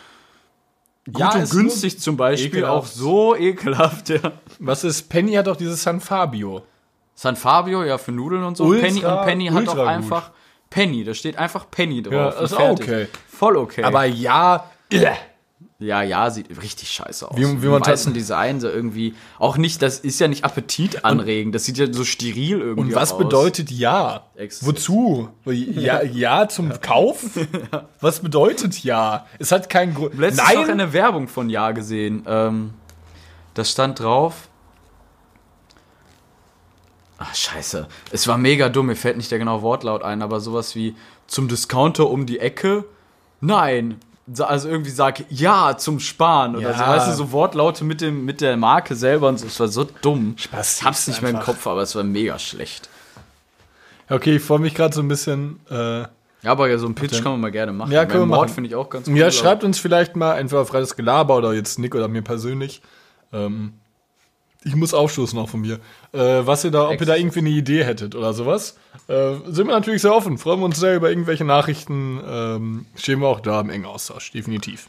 gut
Ja,
und
ist nur
günstig zum Beispiel
ekelhaft.
auch so ekelhaft, *laughs* ja.
Was ist? Penny hat auch dieses San Fabio.
San Fabio, ja, für Nudeln und so.
Ultra-
Penny und Penny hat
ultra
auch
gut.
einfach Penny, da steht einfach Penny drauf.
Ja,
und
ist auch
fertig.
okay.
Voll okay.
Aber ja,
ja, ja, sieht richtig scheiße aus.
Wie- wie
Mit
man
weißen
das-
Design so irgendwie auch nicht, das ist ja nicht appetitanregend, das sieht ja so steril irgendwie
und was
auch aus.
bedeutet ja?
Existenz.
Wozu? Ja, ja zum Kauf? Was bedeutet ja? Es hat keinen Grund.
Letztens noch
Nein,
eine Werbung von Ja gesehen. Ähm, das stand drauf. Ach, scheiße. Es war mega dumm, mir fällt nicht der genaue Wortlaut ein, aber sowas wie zum Discounter um die Ecke? Nein. Sa- Also irgendwie sag Ja zum Sparen oder
Ja.
so. Weißt du, so Wortlaute mit, dem, mit der Marke selber und so. Es war so dumm.
Spaß,
Ich hab's nicht mehr im
einfach.
Kopf, aber es war mega schlecht.
Okay, ich freue mich gerade so ein bisschen. Äh,
Ja, aber so einen Pitch kann man mal gerne machen.
Ja, können wir
Mein Wort
machen.
finde ich auch ganz
ja,
aber-
schreibt uns vielleicht mal entweder auf freies Gelaber oder jetzt Nick oder mir persönlich. Ähm, ich muss aufstoßen auch von mir. Äh, was ihr da, ob ihr da irgendwie eine Idee hättet oder sowas. Äh, sind wir natürlich sehr offen. Freuen wir uns sehr über irgendwelche Nachrichten. Ähm, stehen wir auch da im engen Austausch, definitiv.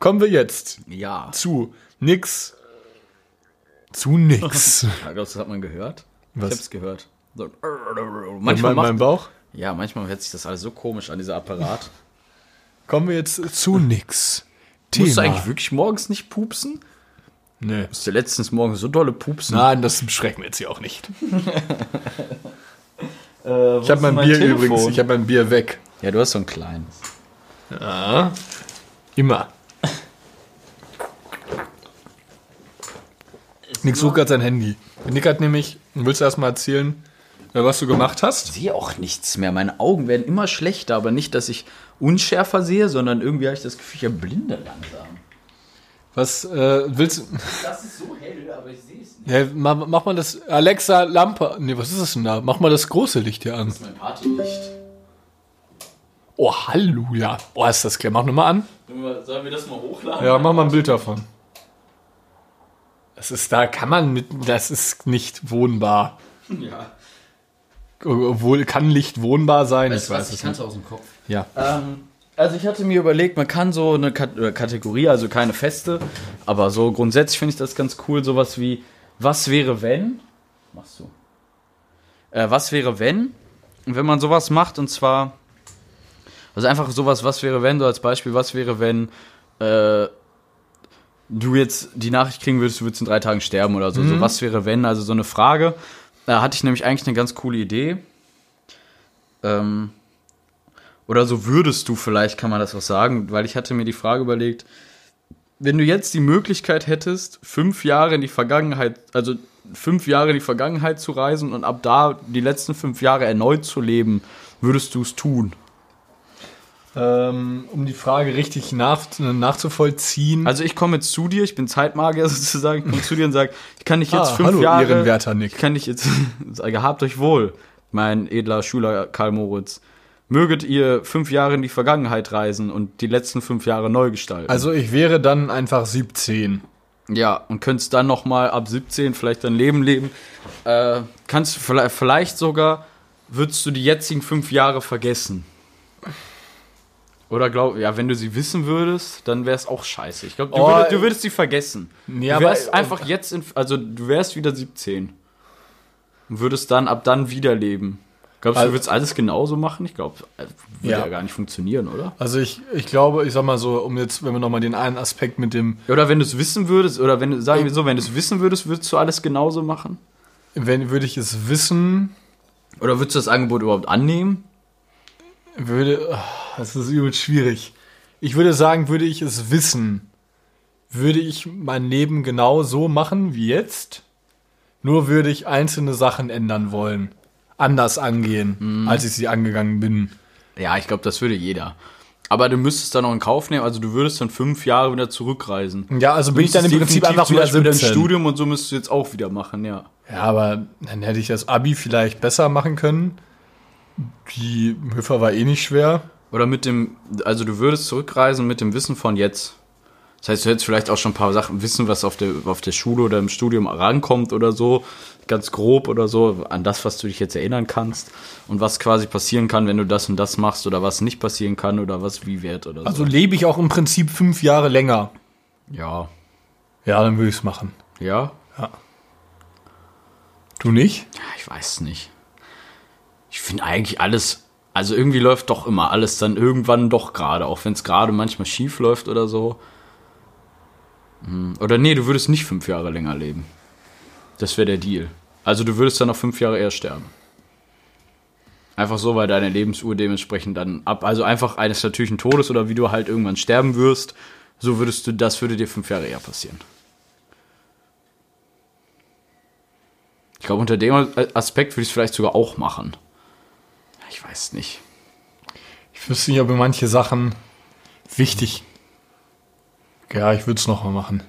Kommen wir jetzt
Ja.
zu nix. Zu *laughs* nix.
Ja, glaubst du, das hat man gehört?
Was?
Ich hab's gehört. So,
mein,
manchmal
mein
macht,
Bauch.
ja, manchmal hört sich das alles so komisch an, dieser Apparat.
Kommen wir jetzt zu nix. Thema.
Musst du eigentlich wirklich morgens nicht pupsen?
nee.
Hast du letztens morgens so dolle Pupsen?
Nein, das beschrecken wir jetzt hier auch nicht.
Äh,
Ich habe mein, Bier übrigens, ich habe mein Bier weg.
ja, du hast so ein kleines.
Immer. Nick sucht gerade sein Handy. Nick hat nämlich, willst du erstmal erzählen, äh, was du gemacht hast?
Ich sehe auch nichts mehr. Meine Augen werden immer schlechter, aber nicht, dass ich unschärfer sehe, sondern irgendwie habe ich das Gefühl, ich erblinde langsam.
Was äh, willst *laughs*
Das ist so hell, aber ich sehe es nicht.
ja, mach, mach mal das Alexa Lampe. Nee, was ist das denn da? Mach mal das große Licht hier an.
Mein Partylicht.
Oh, Halleluja. Oh, ist das klar. Mach nochmal an.
Sollen wir das mal hochladen?
Ja, mach mal ein Bild davon. Das ist, da kann man mit, das ist nicht wohnbar.
ja.
Obwohl, kann Licht wohnbar sein? ich weiß es nicht.
kann's aus dem Kopf.
Ja.
Ähm, also ich hatte mir überlegt, man kann so eine Kat äh, Kategorie, also keine feste, aber so grundsätzlich finde ich das ganz cool, sowas wie was wäre wenn? Machst du? Äh, was wäre wenn? Und wenn man sowas macht und zwar also einfach sowas, was wäre wenn, so als Beispiel, was wäre wenn äh, du jetzt die Nachricht kriegen würdest, du würdest in drei Tagen sterben oder so. So was wäre wenn, also so eine Frage. Da hatte ich nämlich eigentlich eine ganz coole Idee. Ähm, oder so würdest du vielleicht, kann man das auch sagen, weil ich hatte mir die Frage überlegt, wenn du jetzt die Möglichkeit hättest, fünf Jahre in die Vergangenheit, also fünf Jahre in die Vergangenheit zu reisen und ab da die letzten fünf Jahre erneut zu leben, würdest du es tun?
Ähm, um die Frage richtig nach, nachzuvollziehen.
Also ich komme jetzt zu dir, ich bin Zeitmagier *laughs* sozusagen, ich komme zu dir und sage, ich kann dich jetzt
Ah,
fünf
hallo,
Jahre.
ehrenwerter Nick.
Ich kann dich jetzt. *laughs* gehabt euch wohl, mein edler Schüler Karl Moritz. Möget ihr fünf Jahre in die Vergangenheit reisen und die letzten fünf Jahre neu gestalten.
Also ich wäre dann einfach 17.
Ja, und könntest dann nochmal ab 17 vielleicht dein Leben leben. Äh, kannst du vielleicht, vielleicht sogar, würdest du die jetzigen fünf Jahre vergessen. Oder glaub, ja, wenn du sie wissen würdest, dann wär's auch scheiße. Ich glaube, du,
Oh,
würdest-
äh,
du würdest sie vergessen.
Ja,
du
aber- äh,
wärst einfach jetzt, in, also du wärst wieder 17. Und würdest dann ab dann wieder leben. Glaubst du,
Also-
du würdest alles genauso machen? Ich glaube, würde ja.
Ja.
gar nicht funktionieren, oder?
Also ich, ich glaube, ich sag mal so, um jetzt, wenn wir nochmal den einen Aspekt mit dem,
Oder wenn du es wissen würdest, oder wenn du, sagen wir so, wenn du es wissen würdest, würdest du alles genauso machen?
wenn würde ich es wissen,
Oder würdest du das Angebot überhaupt annehmen?
würde, ah, das ist übel schwierig. Ich würde sagen, würde ich es wissen, würde ich mein Leben genau so machen wie jetzt, nur würde ich einzelne Sachen ändern wollen, Mhm. anders angehen, als ich sie angegangen bin.
Ja, ich glaube, das würde jeder. Aber du müsstest da noch in Kauf nehmen, also du würdest dann fünf Jahre wieder zurückreisen.
Ja, also bin ich dann
Das
im
ist
Prinzip
definitiv
einfach
zum
wieder
Beispiel dein
17.
Studium und so müsstest du jetzt auch wieder machen, ja.
Ja, aber dann hätte ich das Abi vielleicht besser machen können. Die Höfer war eh nicht schwer.
Oder mit dem, also du würdest zurückreisen mit dem Wissen von jetzt. Das heißt, du hättest vielleicht auch schon ein paar Sachen wissen, was auf der, auf der Schule oder im Studium rankommt oder so, ganz grob oder so, an das, was du dich jetzt erinnern kannst und was quasi passieren kann, wenn du das und das machst oder was nicht passieren kann oder was wie wird oder so.
Also lebe ich auch im Prinzip fünf Jahre länger.
ja.
Ja, dann würde ich es machen.
Ja?
Du nicht?
Ja, Ich weiß nicht. Ich finde eigentlich alles, also irgendwie läuft doch immer alles dann irgendwann doch gerade, auch wenn es gerade manchmal schief läuft oder so. Hm, Oder nee, du würdest nicht fünf Jahre länger leben. Das wäre der Deal. Also du würdest dann noch fünf Jahre eher sterben. Einfach so, weil deine Lebensuhr dementsprechend dann ab, also einfach eines natürlichen Todes oder wie du halt irgendwann sterben wirst, so würdest du, das würde dir fünf Jahre eher passieren. Ich glaube, unter dem Aspekt würde ich es vielleicht sogar auch machen. Ich weiß nicht.
Ich wüsste nicht, ob mir manche Sachen wichtig. Ja, ich würde es nochmal machen.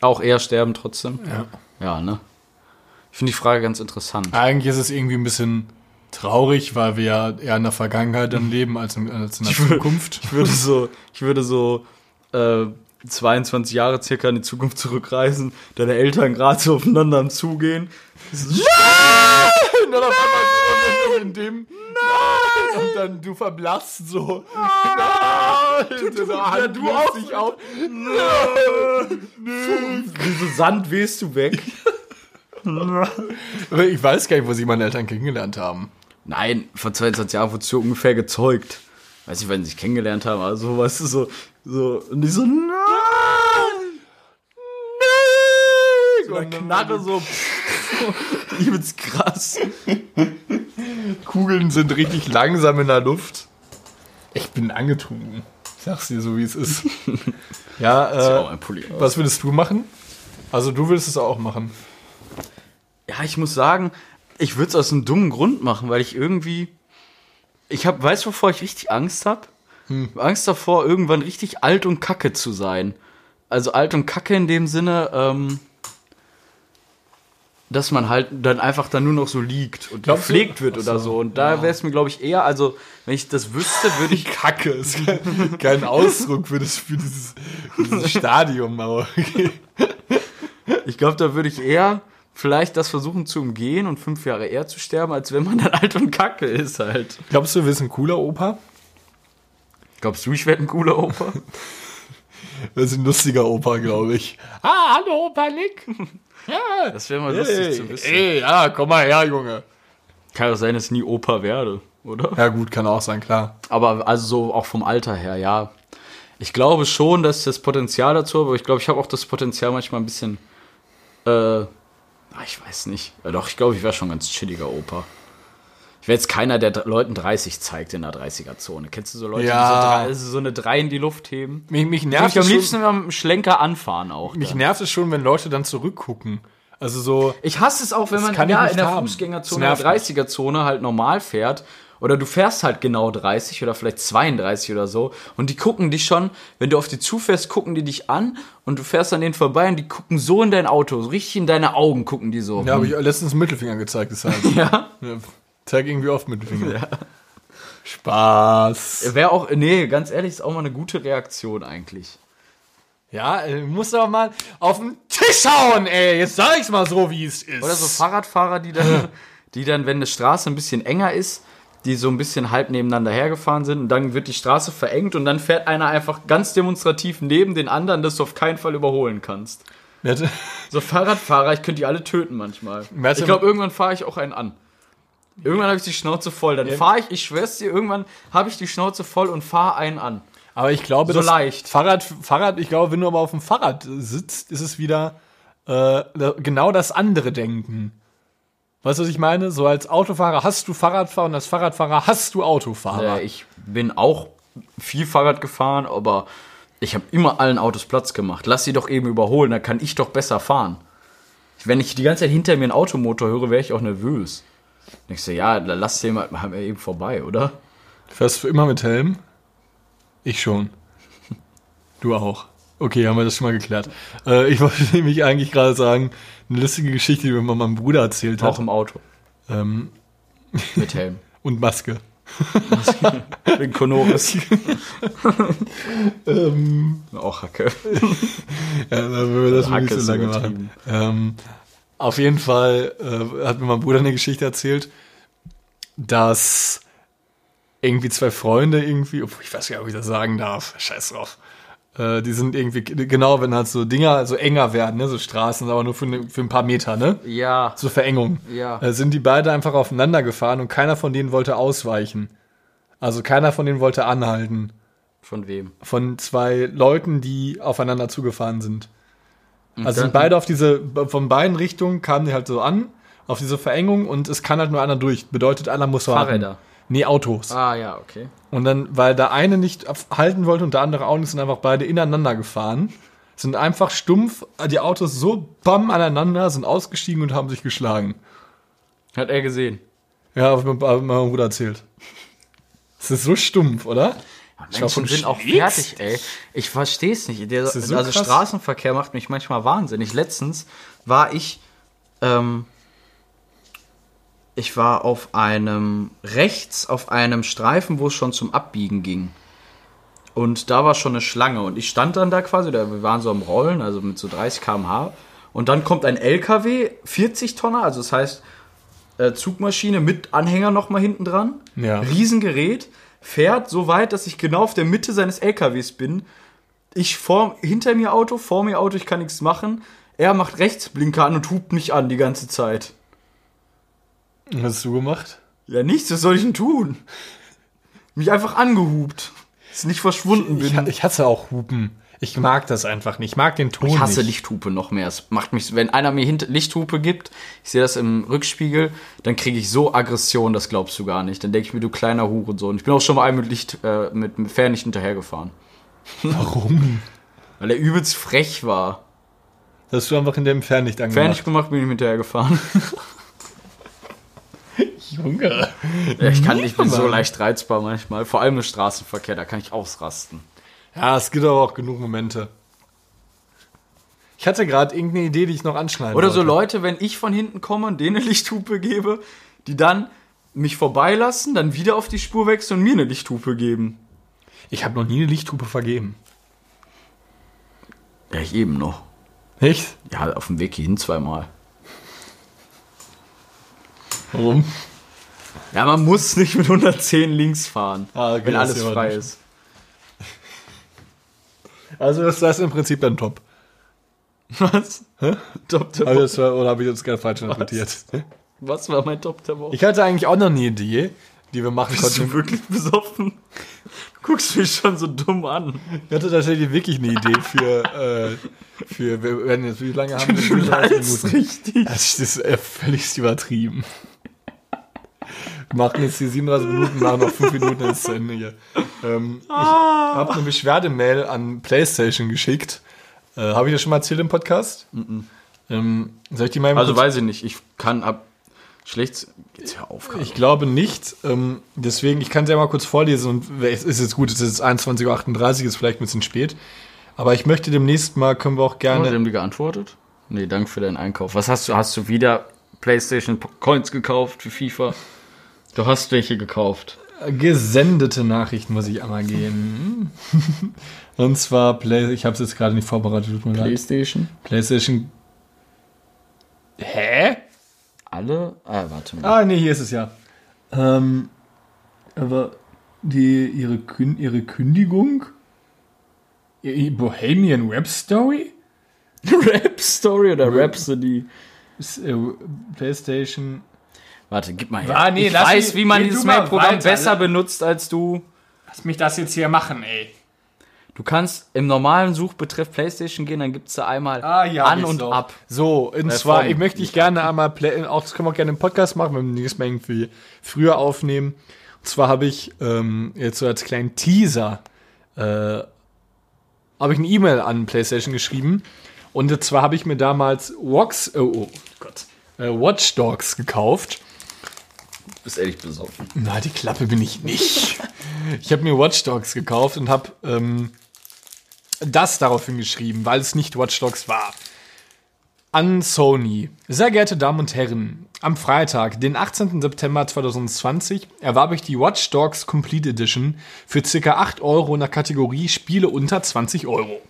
Auch eher sterben trotzdem?
Ja.
Ja, ne? Ich finde die Frage ganz interessant.
Eigentlich ist es irgendwie ein bisschen traurig, weil wir ja eher in der Vergangenheit dann leben als in, als in der Zukunft.
Ich würde so, ich würde so äh, 22 Jahre circa in die Zukunft zurückreisen, deine Eltern gerade so aufeinander am Zugehen.
Und dann auf einmal so in dem. Nein! Und dann du verblasst so. Nein! Du, du, ja, du auch. Dich auf.
Wie so Sand wehst du weg.
Aber *laughs* Ich weiß gar nicht, wo sie meine Eltern kennengelernt haben.
Nein, vor 22 Jahren wurdest du ungefähr gezeugt. Weiß ich, wenn sie sich kennengelernt haben, aber so, weißt du, so, so, und ich so, nein! Nein! So eine Knarre so, *laughs* übelst krass.
Kugeln sind richtig langsam in der Luft. Ich bin angetrunken. Ich sag's dir so, wie es *laughs* ist. ja, äh,
Pulli.
was würdest du machen? Also du würdest es auch machen.
Ja, ich muss sagen, ich würde es aus einem dummen Grund machen, weil ich irgendwie. Ich hab, weiß, wovor ich richtig Angst habe?
Hm.
Angst davor, irgendwann richtig alt und kacke zu sein. Also alt und kacke in dem Sinne, ähm, dass man halt dann einfach dann nur noch so liegt und
Glaubst du?
gepflegt wird oder so. Und da wäre es mir, glaube ich, eher, also wenn ich das wüsste, würde
*laughs*
ich
Kacke ist kein, kein Ausdruck für, das, für dieses, für dieses Stadium. Aber
Ich glaube, da würde ich eher vielleicht das versuchen zu umgehen und fünf Jahre eher zu sterben, als wenn man dann alt und kacke ist halt.
Glaubst du, wir sind ein cooler Opa?
Glaubst du, ich werde ein cooler Opa?
Wir sind ein lustiger Opa, glaube ich. Ah, hallo Opa Nick. Ja,
Das wäre mal lustig zu wissen.
Ey, ja, komm mal her, Junge.
Kann ja sein, dass ich nie Opa werde, oder?
Ja gut, kann auch sein, klar.
Aber also so auch vom Alter her, ja. Ich glaube schon, dass ich das Potenzial dazu habe, aber ich glaube, ich habe auch das Potenzial manchmal ein bisschen. Äh, ah, ich weiß nicht. Ja, doch, ich glaube, ich wäre schon ein ganz chilliger Opa. Ich wäre jetzt keiner, der dr- Leuten 30 zeigt in der 30er-Zone. Kennst du so Leute,
Ja.
die so, drei- also so eine 3 in die Luft heben?
Mich, mich
Würde
nervt
ich am
es schon,
liebsten immer mit dem Schlenker anfahren auch.
mich
dann.
nervt es schon, wenn Leute dann zurückgucken. Also so,
Ich hasse es auch, wenn man
kann ich
ja,
nicht
in der
haben.
Fußgängerzone
Das
oder
nervt
30er-Zone halt normal fährt. Oder du fährst halt genau 30 oder vielleicht 32 oder so. Und die gucken dich schon, wenn du auf die zufährst, gucken die dich an und du fährst an denen vorbei und die gucken so in dein Auto, so richtig in deine Augen gucken die so.
ja, habe ich letztens einen Mittelfinger gezeigt, *laughs* deshalb.
Ja.
ja. Zeig irgendwie oft Mittelfinger. Spaß.
Wäre auch, nee, ganz ehrlich, ist auch mal eine gute Reaktion eigentlich.
Ja, äh, muss doch mal auf den Tisch hauen, ey. Jetzt sag ich's mal so, wie es ist.
Oder so Fahrradfahrer, die dann, die dann, wenn eine Straße ein bisschen enger ist, die so ein bisschen halb nebeneinander hergefahren sind und dann wird die Straße verengt und dann fährt einer einfach ganz demonstrativ neben den anderen, dass du auf keinen Fall überholen kannst.
Nette-
So Fahrradfahrer, ich könnte die alle töten manchmal.
Merz-
ich glaube, irgendwann fahre ich auch einen an. Irgendwann habe ich die Schnauze voll. Dann fahre ich, ich schwör's dir, irgendwann habe ich die Schnauze voll und fahre einen an.
Aber ich glaube,
So
das
leicht.
Fahrrad, Fahrrad, ich glaube, wenn du aber auf dem Fahrrad äh, sitzt, ist es wieder äh, da- genau das andere Denken. Weißt du, was ich meine? So als Autofahrer hast du Fahrradfahrer und als Fahrradfahrer hast du Autofahrer.
Äh, ich bin auch viel Fahrrad gefahren, aber ich habe immer allen Autos Platz gemacht. Lass sie doch eben überholen, dann kann ich doch besser fahren. Wenn ich die ganze Zeit hinter mir einen Automotor höre, wäre ich auch nervös. Denkst du, ja, dann lass den mal mal eben vorbei, oder?
Fährst du immer mit Helm? Ich schon. *laughs* Du auch. Okay, haben wir das schon mal geklärt. Äh, ich wollte *laughs* nämlich eigentlich gerade sagen, eine lustige Geschichte, die mir mal mein Bruder erzählt
Auch
hat.
im Auto.
Ähm,
Mit Helm.
und Maske.
Wegen Konoris.
Ähm,
Auch Hacke.
Ja, dann würden wir das
Hacke
schon nicht
ist
so lange machen.
übertrieben.
Ähm, auf jeden Fall äh, hat mir mein Bruder eine Geschichte erzählt, dass irgendwie zwei Freunde irgendwie, obwohl ich weiß gar nicht, ob ich das sagen darf, scheiß drauf. Äh, die sind irgendwie, genau, wenn halt so Dinger so enger werden, ne, so Straßen, aber nur für, ne, für ein paar Meter, ne?
Ja.
Zur Verengung.
Ja.
Äh, sind die beide einfach aufeinander gefahren und keiner von denen wollte ausweichen. Also keiner von denen wollte anhalten
Von wem?
von zwei Leuten, die aufeinander zugefahren sind. Also sind
dann-
beide auf diese, von beiden Richtungen kamen die halt so an, auf diese Verengung und es kann halt nur einer durch. Bedeutet, einer muss warten.
Fahrräder.
Nee, Autos.
Ah ja, okay.
Und dann, weil der eine nicht auf- halten wollte und der andere auch nicht, sind einfach beide ineinander gefahren. Sind einfach stumpf, die Autos so bamm aneinander, sind ausgestiegen und haben sich geschlagen.
Hat er gesehen.
Ja, hab ich mir- hab ich meinem Bruder erzählt. Das ist so stumpf, oder? Ich war
Menschen
vom
sind auch
Schlimmsten.
fertig, ey. Ich verstehe es nicht. Der,
ist so
also
krass.
Straßenverkehr macht mich manchmal wahnsinnig. Letztens war ich, ähm, ich war auf einem rechts auf einem Streifen, wo es schon zum Abbiegen ging. Und da war schon eine Schlange und ich stand dann da quasi, da wir waren so am Rollen, also mit so 30 km/h. Und dann kommt ein LKW, 40 Tonner, also das heißt äh, Zugmaschine mit Anhänger nochmal hinten dran.
Ja.
Riesengerät, fährt so weit, dass ich genau auf der Mitte seines LKWs bin. Ich vor, hinter mir Auto, vor mir Auto, ich kann nichts machen. Er macht Rechtsblinker an und hupt mich an die ganze Zeit.
Was hast du gemacht?
Ja, nichts, was soll ich denn tun? Mich einfach angehupt. Dass ich nicht verschwunden bin.
Ich, ich hasse auch Hupen. Ich mag das einfach nicht. Ich mag den Ton
Ich hasse
nicht.
Lichthupe noch mehr. Es macht mich, wenn einer mir hint Lichthupe gibt, ich sehe das im Rückspiegel, dann kriege ich so Aggression, das glaubst du gar nicht. Dann denke ich mir, du kleiner Hurensohn. Ich bin auch schon mal einem mit Licht, äh, mit mit Fernlicht hinterhergefahren.
Warum?
Weil er übelst frech war.
Dass du einfach in dem Fernlicht angemacht.
Fernlicht gemacht, bin ich hinterhergefahren.
Junge.
*laughs* Ja, ich kann, ich bin so leicht reizbar manchmal. Vor allem im Straßenverkehr, da kann ich ausrasten.
Ja, es gibt aber auch genug Momente. Ich hatte gerade irgendeine Idee, die ich noch anschneiden
Oder so
wollte.
Leute, wenn ich von hinten komme und denen eine Lichthupe gebe, die dann mich vorbeilassen, dann wieder auf die Spur wechseln und mir eine Lichthupe geben.
Ich habe noch nie eine Lichthupe vergeben.
Ja, ich eben noch.
Nicht?
Ja, auf dem Weg hierhin zweimal.
Warum?
Ja, man muss nicht mit 110 links fahren,
Ah, okay,
wenn
das
alles
ist ja
frei
nicht.
ist. *laughs*
Also das ist im Prinzip dann top.
Was? Top der
Also das war, oder habe ich das gerade falsch interpretiert?
Was war mein Top der Woche?
Ich hatte eigentlich auch noch eine Idee, die wir machen
Bist du
konnten.
wirklich besoffen? Du guckst mich schon so dumm an.
Ich hatte tatsächlich wirklich eine Idee für, äh, für wir werden jetzt, wie lange haben wir?
Du lallst richtig.
Das ist äh, völlig übertrieben. Wir machen jetzt die 37 Minuten, machen noch 5 Minuten dann ist zu Ende hier. Ähm, ich habe eine Beschwerdemail an PlayStation geschickt. Äh, habe ich das schon mal erzählt im Podcast? Ähm, soll ich die mal
Also
kurz-
weiß ich nicht, ich kann ab schlecht. Jetzt hör auf, Karl.
Ich glaube nicht. Ähm, deswegen, ich kann es ja mal kurz vorlesen und es ist jetzt gut, es ist 21.38 Uhr, ist vielleicht ein bisschen spät. Aber ich möchte demnächst mal, können wir auch
Hast
gerne.
du dem geantwortet? Nee, danke für deinen Einkauf. Was hast du? Hast du wieder PlayStation Coins gekauft für FIFA? Du hast welche gekauft.
Gesendete Nachrichten muss ich einmal geben. Und zwar, Play ich habe es jetzt gerade nicht vorbereitet, tut mir leid.
PlayStation?
PlayStation. Hä?
Alle? Ah, warte mal.
Ah, nee, hier ist es ja. Ähm, aber die, ihre, Kün ihre Kündigung? Ihr- ihr Bohemian Web Story?
Rap Story oder Rhapsody?
Ist, äh, PlayStation.
Warte, gib mal her.
Ah, nee,
ich
lass
weiß,
mich-
wie man
geh
dieses
du mal
Mail-Programm
weiter.
besser benutzt als du.
Lass mich das jetzt hier machen, ey.
Du kannst im normalen Suchbetreff PlayStation gehen, dann gibt's da einmal
Ah,
an und ab.
So, und zwar,
vom-
ich möchte ich gerne einmal, Play äh, auch, das können wir auch gerne im Podcast machen, wenn wir nächstes Mal irgendwie früher aufnehmen. Und zwar habe ich ähm, jetzt so als kleinen Teaser, äh, habe ich eine E-Mail an PlayStation geschrieben. Und zwar habe ich mir damals Walks, oh, oh Gott, äh, Watch Dogs gekauft.
Du bist ehrlich besoffen.
Na, die Klappe bin ich nicht. Ich habe mir Watch Dogs gekauft und habe ähm, das daraufhin geschrieben, weil es nicht Watch Dogs war. An Sony. Sehr geehrte Damen und Herren, am Freitag, den 18. September 2020, erwarb ich die Watch Dogs Complete Edition für ca. 8 Euro in der Kategorie Spiele unter 20 Euro.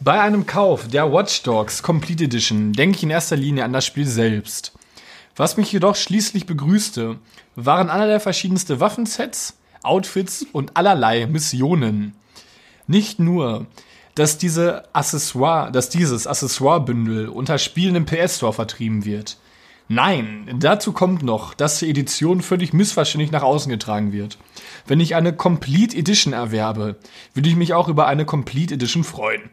Bei einem Kauf der Watch Dogs Complete Edition denke ich in erster Linie an das Spiel selbst. Was mich jedoch schließlich begrüßte, waren allerlei verschiedenste Waffensets, Outfits und allerlei Missionen. Nicht nur, dass, diese Accessoire, dass dieses Accessoire-Bündel unter Spielen im PS-Store vertrieben wird. Nein, dazu kommt noch, dass die Edition völlig missverständlich nach außen getragen wird. Wenn ich eine Complete Edition erwerbe, würde ich mich auch über eine Complete Edition freuen.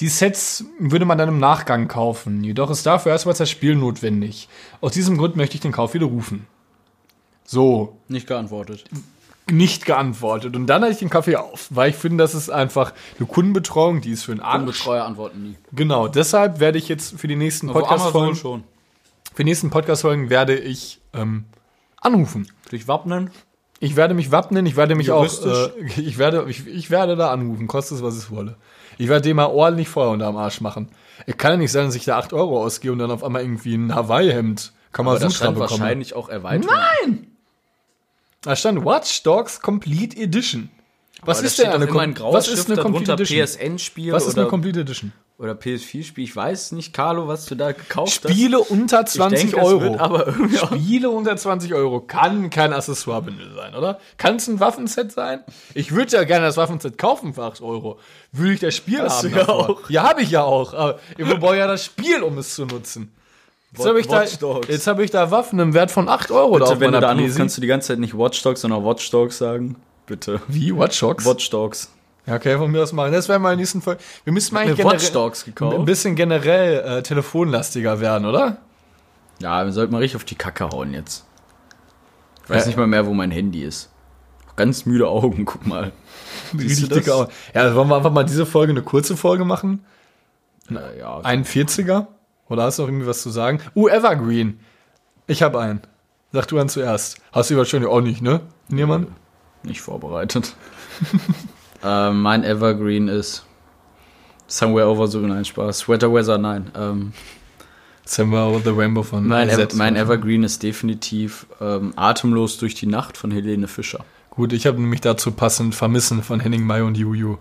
Die Sets würde man dann im Nachgang kaufen, jedoch ist dafür erstmal das Spiel notwendig. Aus diesem Grund möchte ich den Kauf widerrufen. So,
Nicht geantwortet.
nicht geantwortet. Und dann hatte ich den Kaffee auf, weil ich finde, das ist einfach eine Kundenbetreuung, die ist für einen Arsch.
Unbetreuer antworten nie.
Genau, deshalb werde ich jetzt für die nächsten Podcast-Folgen
Also schon.
für die nächsten Podcast-Folgen werde ich ähm, anrufen.
Durch Wappnen.
Ich werde mich wappnen, ich werde mich auch,
Juristisch?
äh, ich werde, ich, ich werde da anrufen, koste es, was es wolle. Ich werde dem mal ordentlich Feuer unterm Arsch machen. Es kann ja nicht sein, dass ich da 8 Euro ausgehe und dann auf einmal irgendwie ein Hawaii-Hemd
Aber das
Kamasutra
stand
bekomme.
wahrscheinlich auch erweitert.
Da stand Watch Dogs Complete Edition. Was ist denn eine,
Kom
Kom-
ein
was ist eine Complete Edition?
PSN-Spiel
was ist eine
oder,
Complete Edition?
oder PS4-Spiel? Ich weiß nicht, Carlo, was du da gekauft hast.
Spiele unter 20
denke, das
Euro.
wird aber irgendwie auch-
Spiele unter 20 Euro kann kein Accessoire-Bündel sein, oder? Kann es ein Waffenset sein? Ich würde ja gerne das Waffenset kaufen für 8 Euro. Würde ich das Spiel
Hast
haben?
du ja
davor?
auch.
Ja, habe ich ja auch. Aber ich brauche ja das Spiel, um es zu nutzen. Jetzt habe ich, da-
Watch Dogs.
jetzt hab ich da Waffen im Wert von 8 Euro da
Bitte,
auf
Also, wenn du
meiner
da anrufst,
Pesi.
kannst du die ganze Zeit nicht Watch Dogs, sondern Watch Dogs sagen.
*laughs*
Bitte.
Wie? Watch Dogs?
Watch Dogs.
Ja, okay, von mir aus machen. Das wäre mal in nächsten Folge. Wir müssen mal
mir
eigentlich
Watch Dogs gekauft.
ein bisschen generell äh, telefonlastiger werden, oder?
Ja, wir sollten mal richtig auf die Kacke hauen jetzt. Ich weiß
Ja.
nicht mal mehr, wo mein Handy ist. Ganz müde Augen, guck mal. Siehst
Richtig
du das?
dicke Augen. Ja, wollen wir einfach mal diese Folge eine kurze Folge machen?
Na, ja,
Ein 40er? Oder hast du noch irgendwie was zu sagen? Uh, Evergreen. Ich habe einen. Sag du einen zuerst. Hast du wahrscheinlich auch nicht, ne? Niemand?
nicht vorbereitet. *laughs* ähm, mein Evergreen ist Somewhere Over so nein, Spaß. Sweater Weather, nein. Ähm,
Somewhere with the Rainbow von
mein, Ever,
Zed.
mein Evergreen ist definitiv ähm, Atemlos durch die Nacht von Helene Fischer.
Gut, ich habe nämlich dazu passend Vermissen von Henning May und Juju.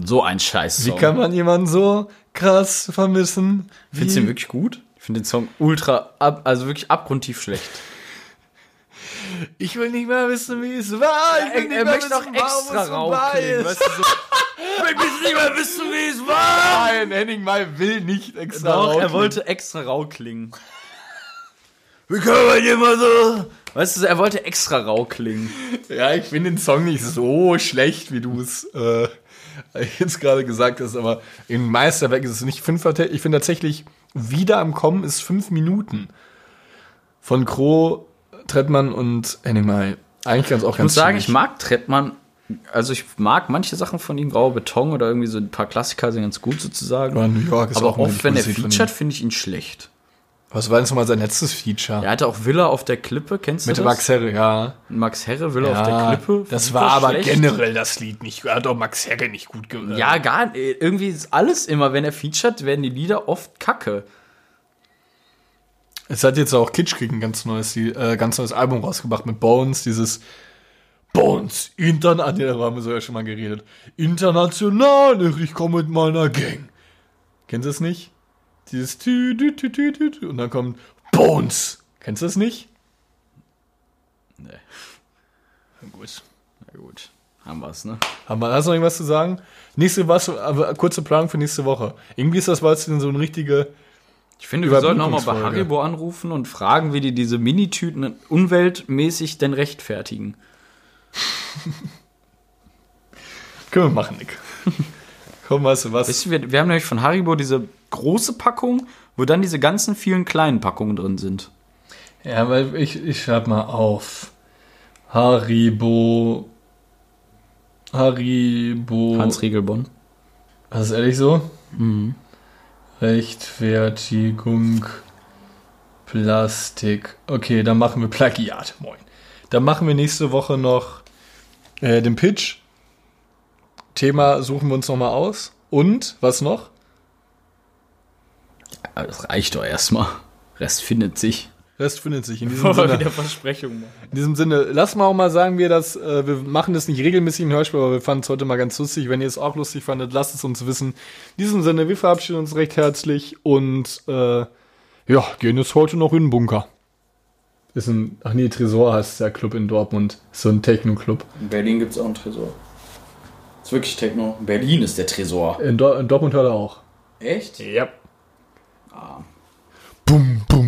So ein scheiß
Wie
Song.
kann man jemanden so krass vermissen?
Findest du
Wie-
den wirklich gut? Ich finde den Song ultra, ab, also wirklich abgrundtief schlecht.
Ich will nicht mehr wissen, wie es war. Ich will nicht mehr wissen, warum es vorbei ist.
*laughs* Ich will nicht mehr wissen, wie es war.
Nein, Henning May will nicht extra
Doch, er
rausnehmen.
wollte extra rau klingen. Wie kann man immer so... Weißt du, er wollte extra rau klingen.
Ja, ich finde den Song nicht so schlecht, wie du es äh, *laughs* jetzt gerade gesagt hast, aber in Meisterwerk ist es nicht fünf. Ich finde tatsächlich, wieder am Kommen ist fünf Minuten. Von Kro, Trettmann und Henning May. Eigentlich ganz auch
Ich muss
ganz
sagen, ich
stimmig.
mag Trettmann. Also ich mag manche Sachen von ihm, Grauer Beton oder irgendwie so ein paar Klassiker sind ganz gut sozusagen.
Ja, New York ist
Aber
auch eine
oft, wenn er
gute Serie von
featured, finde ich ihn schlecht.
Was war denn nochmal sein letztes Feature?
Er hatte auch Villa auf der Klippe, kennst
Mit
du das?
Max Herre, ja.
Max Herre, Villa auf
ja
der Klippe.
Das
super
war aber
schlecht.
generell das Lied nicht. Hat auch Max Herre nicht gut gehört.
Ja, gar nicht. Irgendwie ist alles immer, wenn er featured, werden die Lieder oft kacke.
Es hat jetzt auch Kitschkrieg ein ganz neues, Lied- äh, ganz neues Album rausgebracht mit Bones, dieses Bones, international, darüber haben wir sogar schon mal geredet. International, ich komme mit meiner Gang. Kennst du es nicht? Dieses tü, tü, tü, tü, tü, tü, und dann kommt Bones. Kennst du es nicht?
Nee.
Gut.
Na gut, haben wir's, ne?
Haben wir, hast du noch irgendwas zu sagen? Nächste was, aber kurze Planung für nächste Woche. Irgendwie ist das bald so eine richtige,
Ich finde, wir sollten auch mal bei
Überbrückungsfolge.
Haribo anrufen und fragen, wie die diese Minitüten umweltmäßig denn rechtfertigen.
können wir machen, Nick. *laughs* Komm, weißt du was?
Wisst ihr, wir, wir haben nämlich von Haribo diese große Packung, wo dann diese ganzen vielen kleinen Packungen drin sind.
Ja, weil ich, ich schreib mal auf. Haribo. Haribo.
Hans Riegelbonn.
Das ist ehrlich so? Rechtfertigung. Plastik. Okay, dann machen wir Plagiat. Moin. Dann machen wir nächste Woche noch Äh, den Pitch. Thema suchen wir uns nochmal aus. Und was noch?
Aber das reicht doch erstmal. Rest findet sich.
Rest findet sich in diesem
Bevor wir
Sinne.
wieder Versprechungen machen.
In diesem Sinne, lass mal auch mal sagen wir das, äh, wir machen das nicht regelmäßig im Hörspiel, aber wir fanden es heute mal ganz lustig. Wenn ihr es auch lustig fandet, lasst es uns wissen. In diesem Sinne, wir verabschieden uns recht herzlich und äh, ja, gehen jetzt heute noch in den Bunker. Ist ein, ach nee, Tresor heißt der Club in Dortmund. Ist so ein Techno-Club.
In Berlin gibt es auch einen Tresor. Ist wirklich Techno. Berlin ist der Tresor.
In, Dor- in Dortmund hört er auch.
Echt?
Ja. Bum, bum,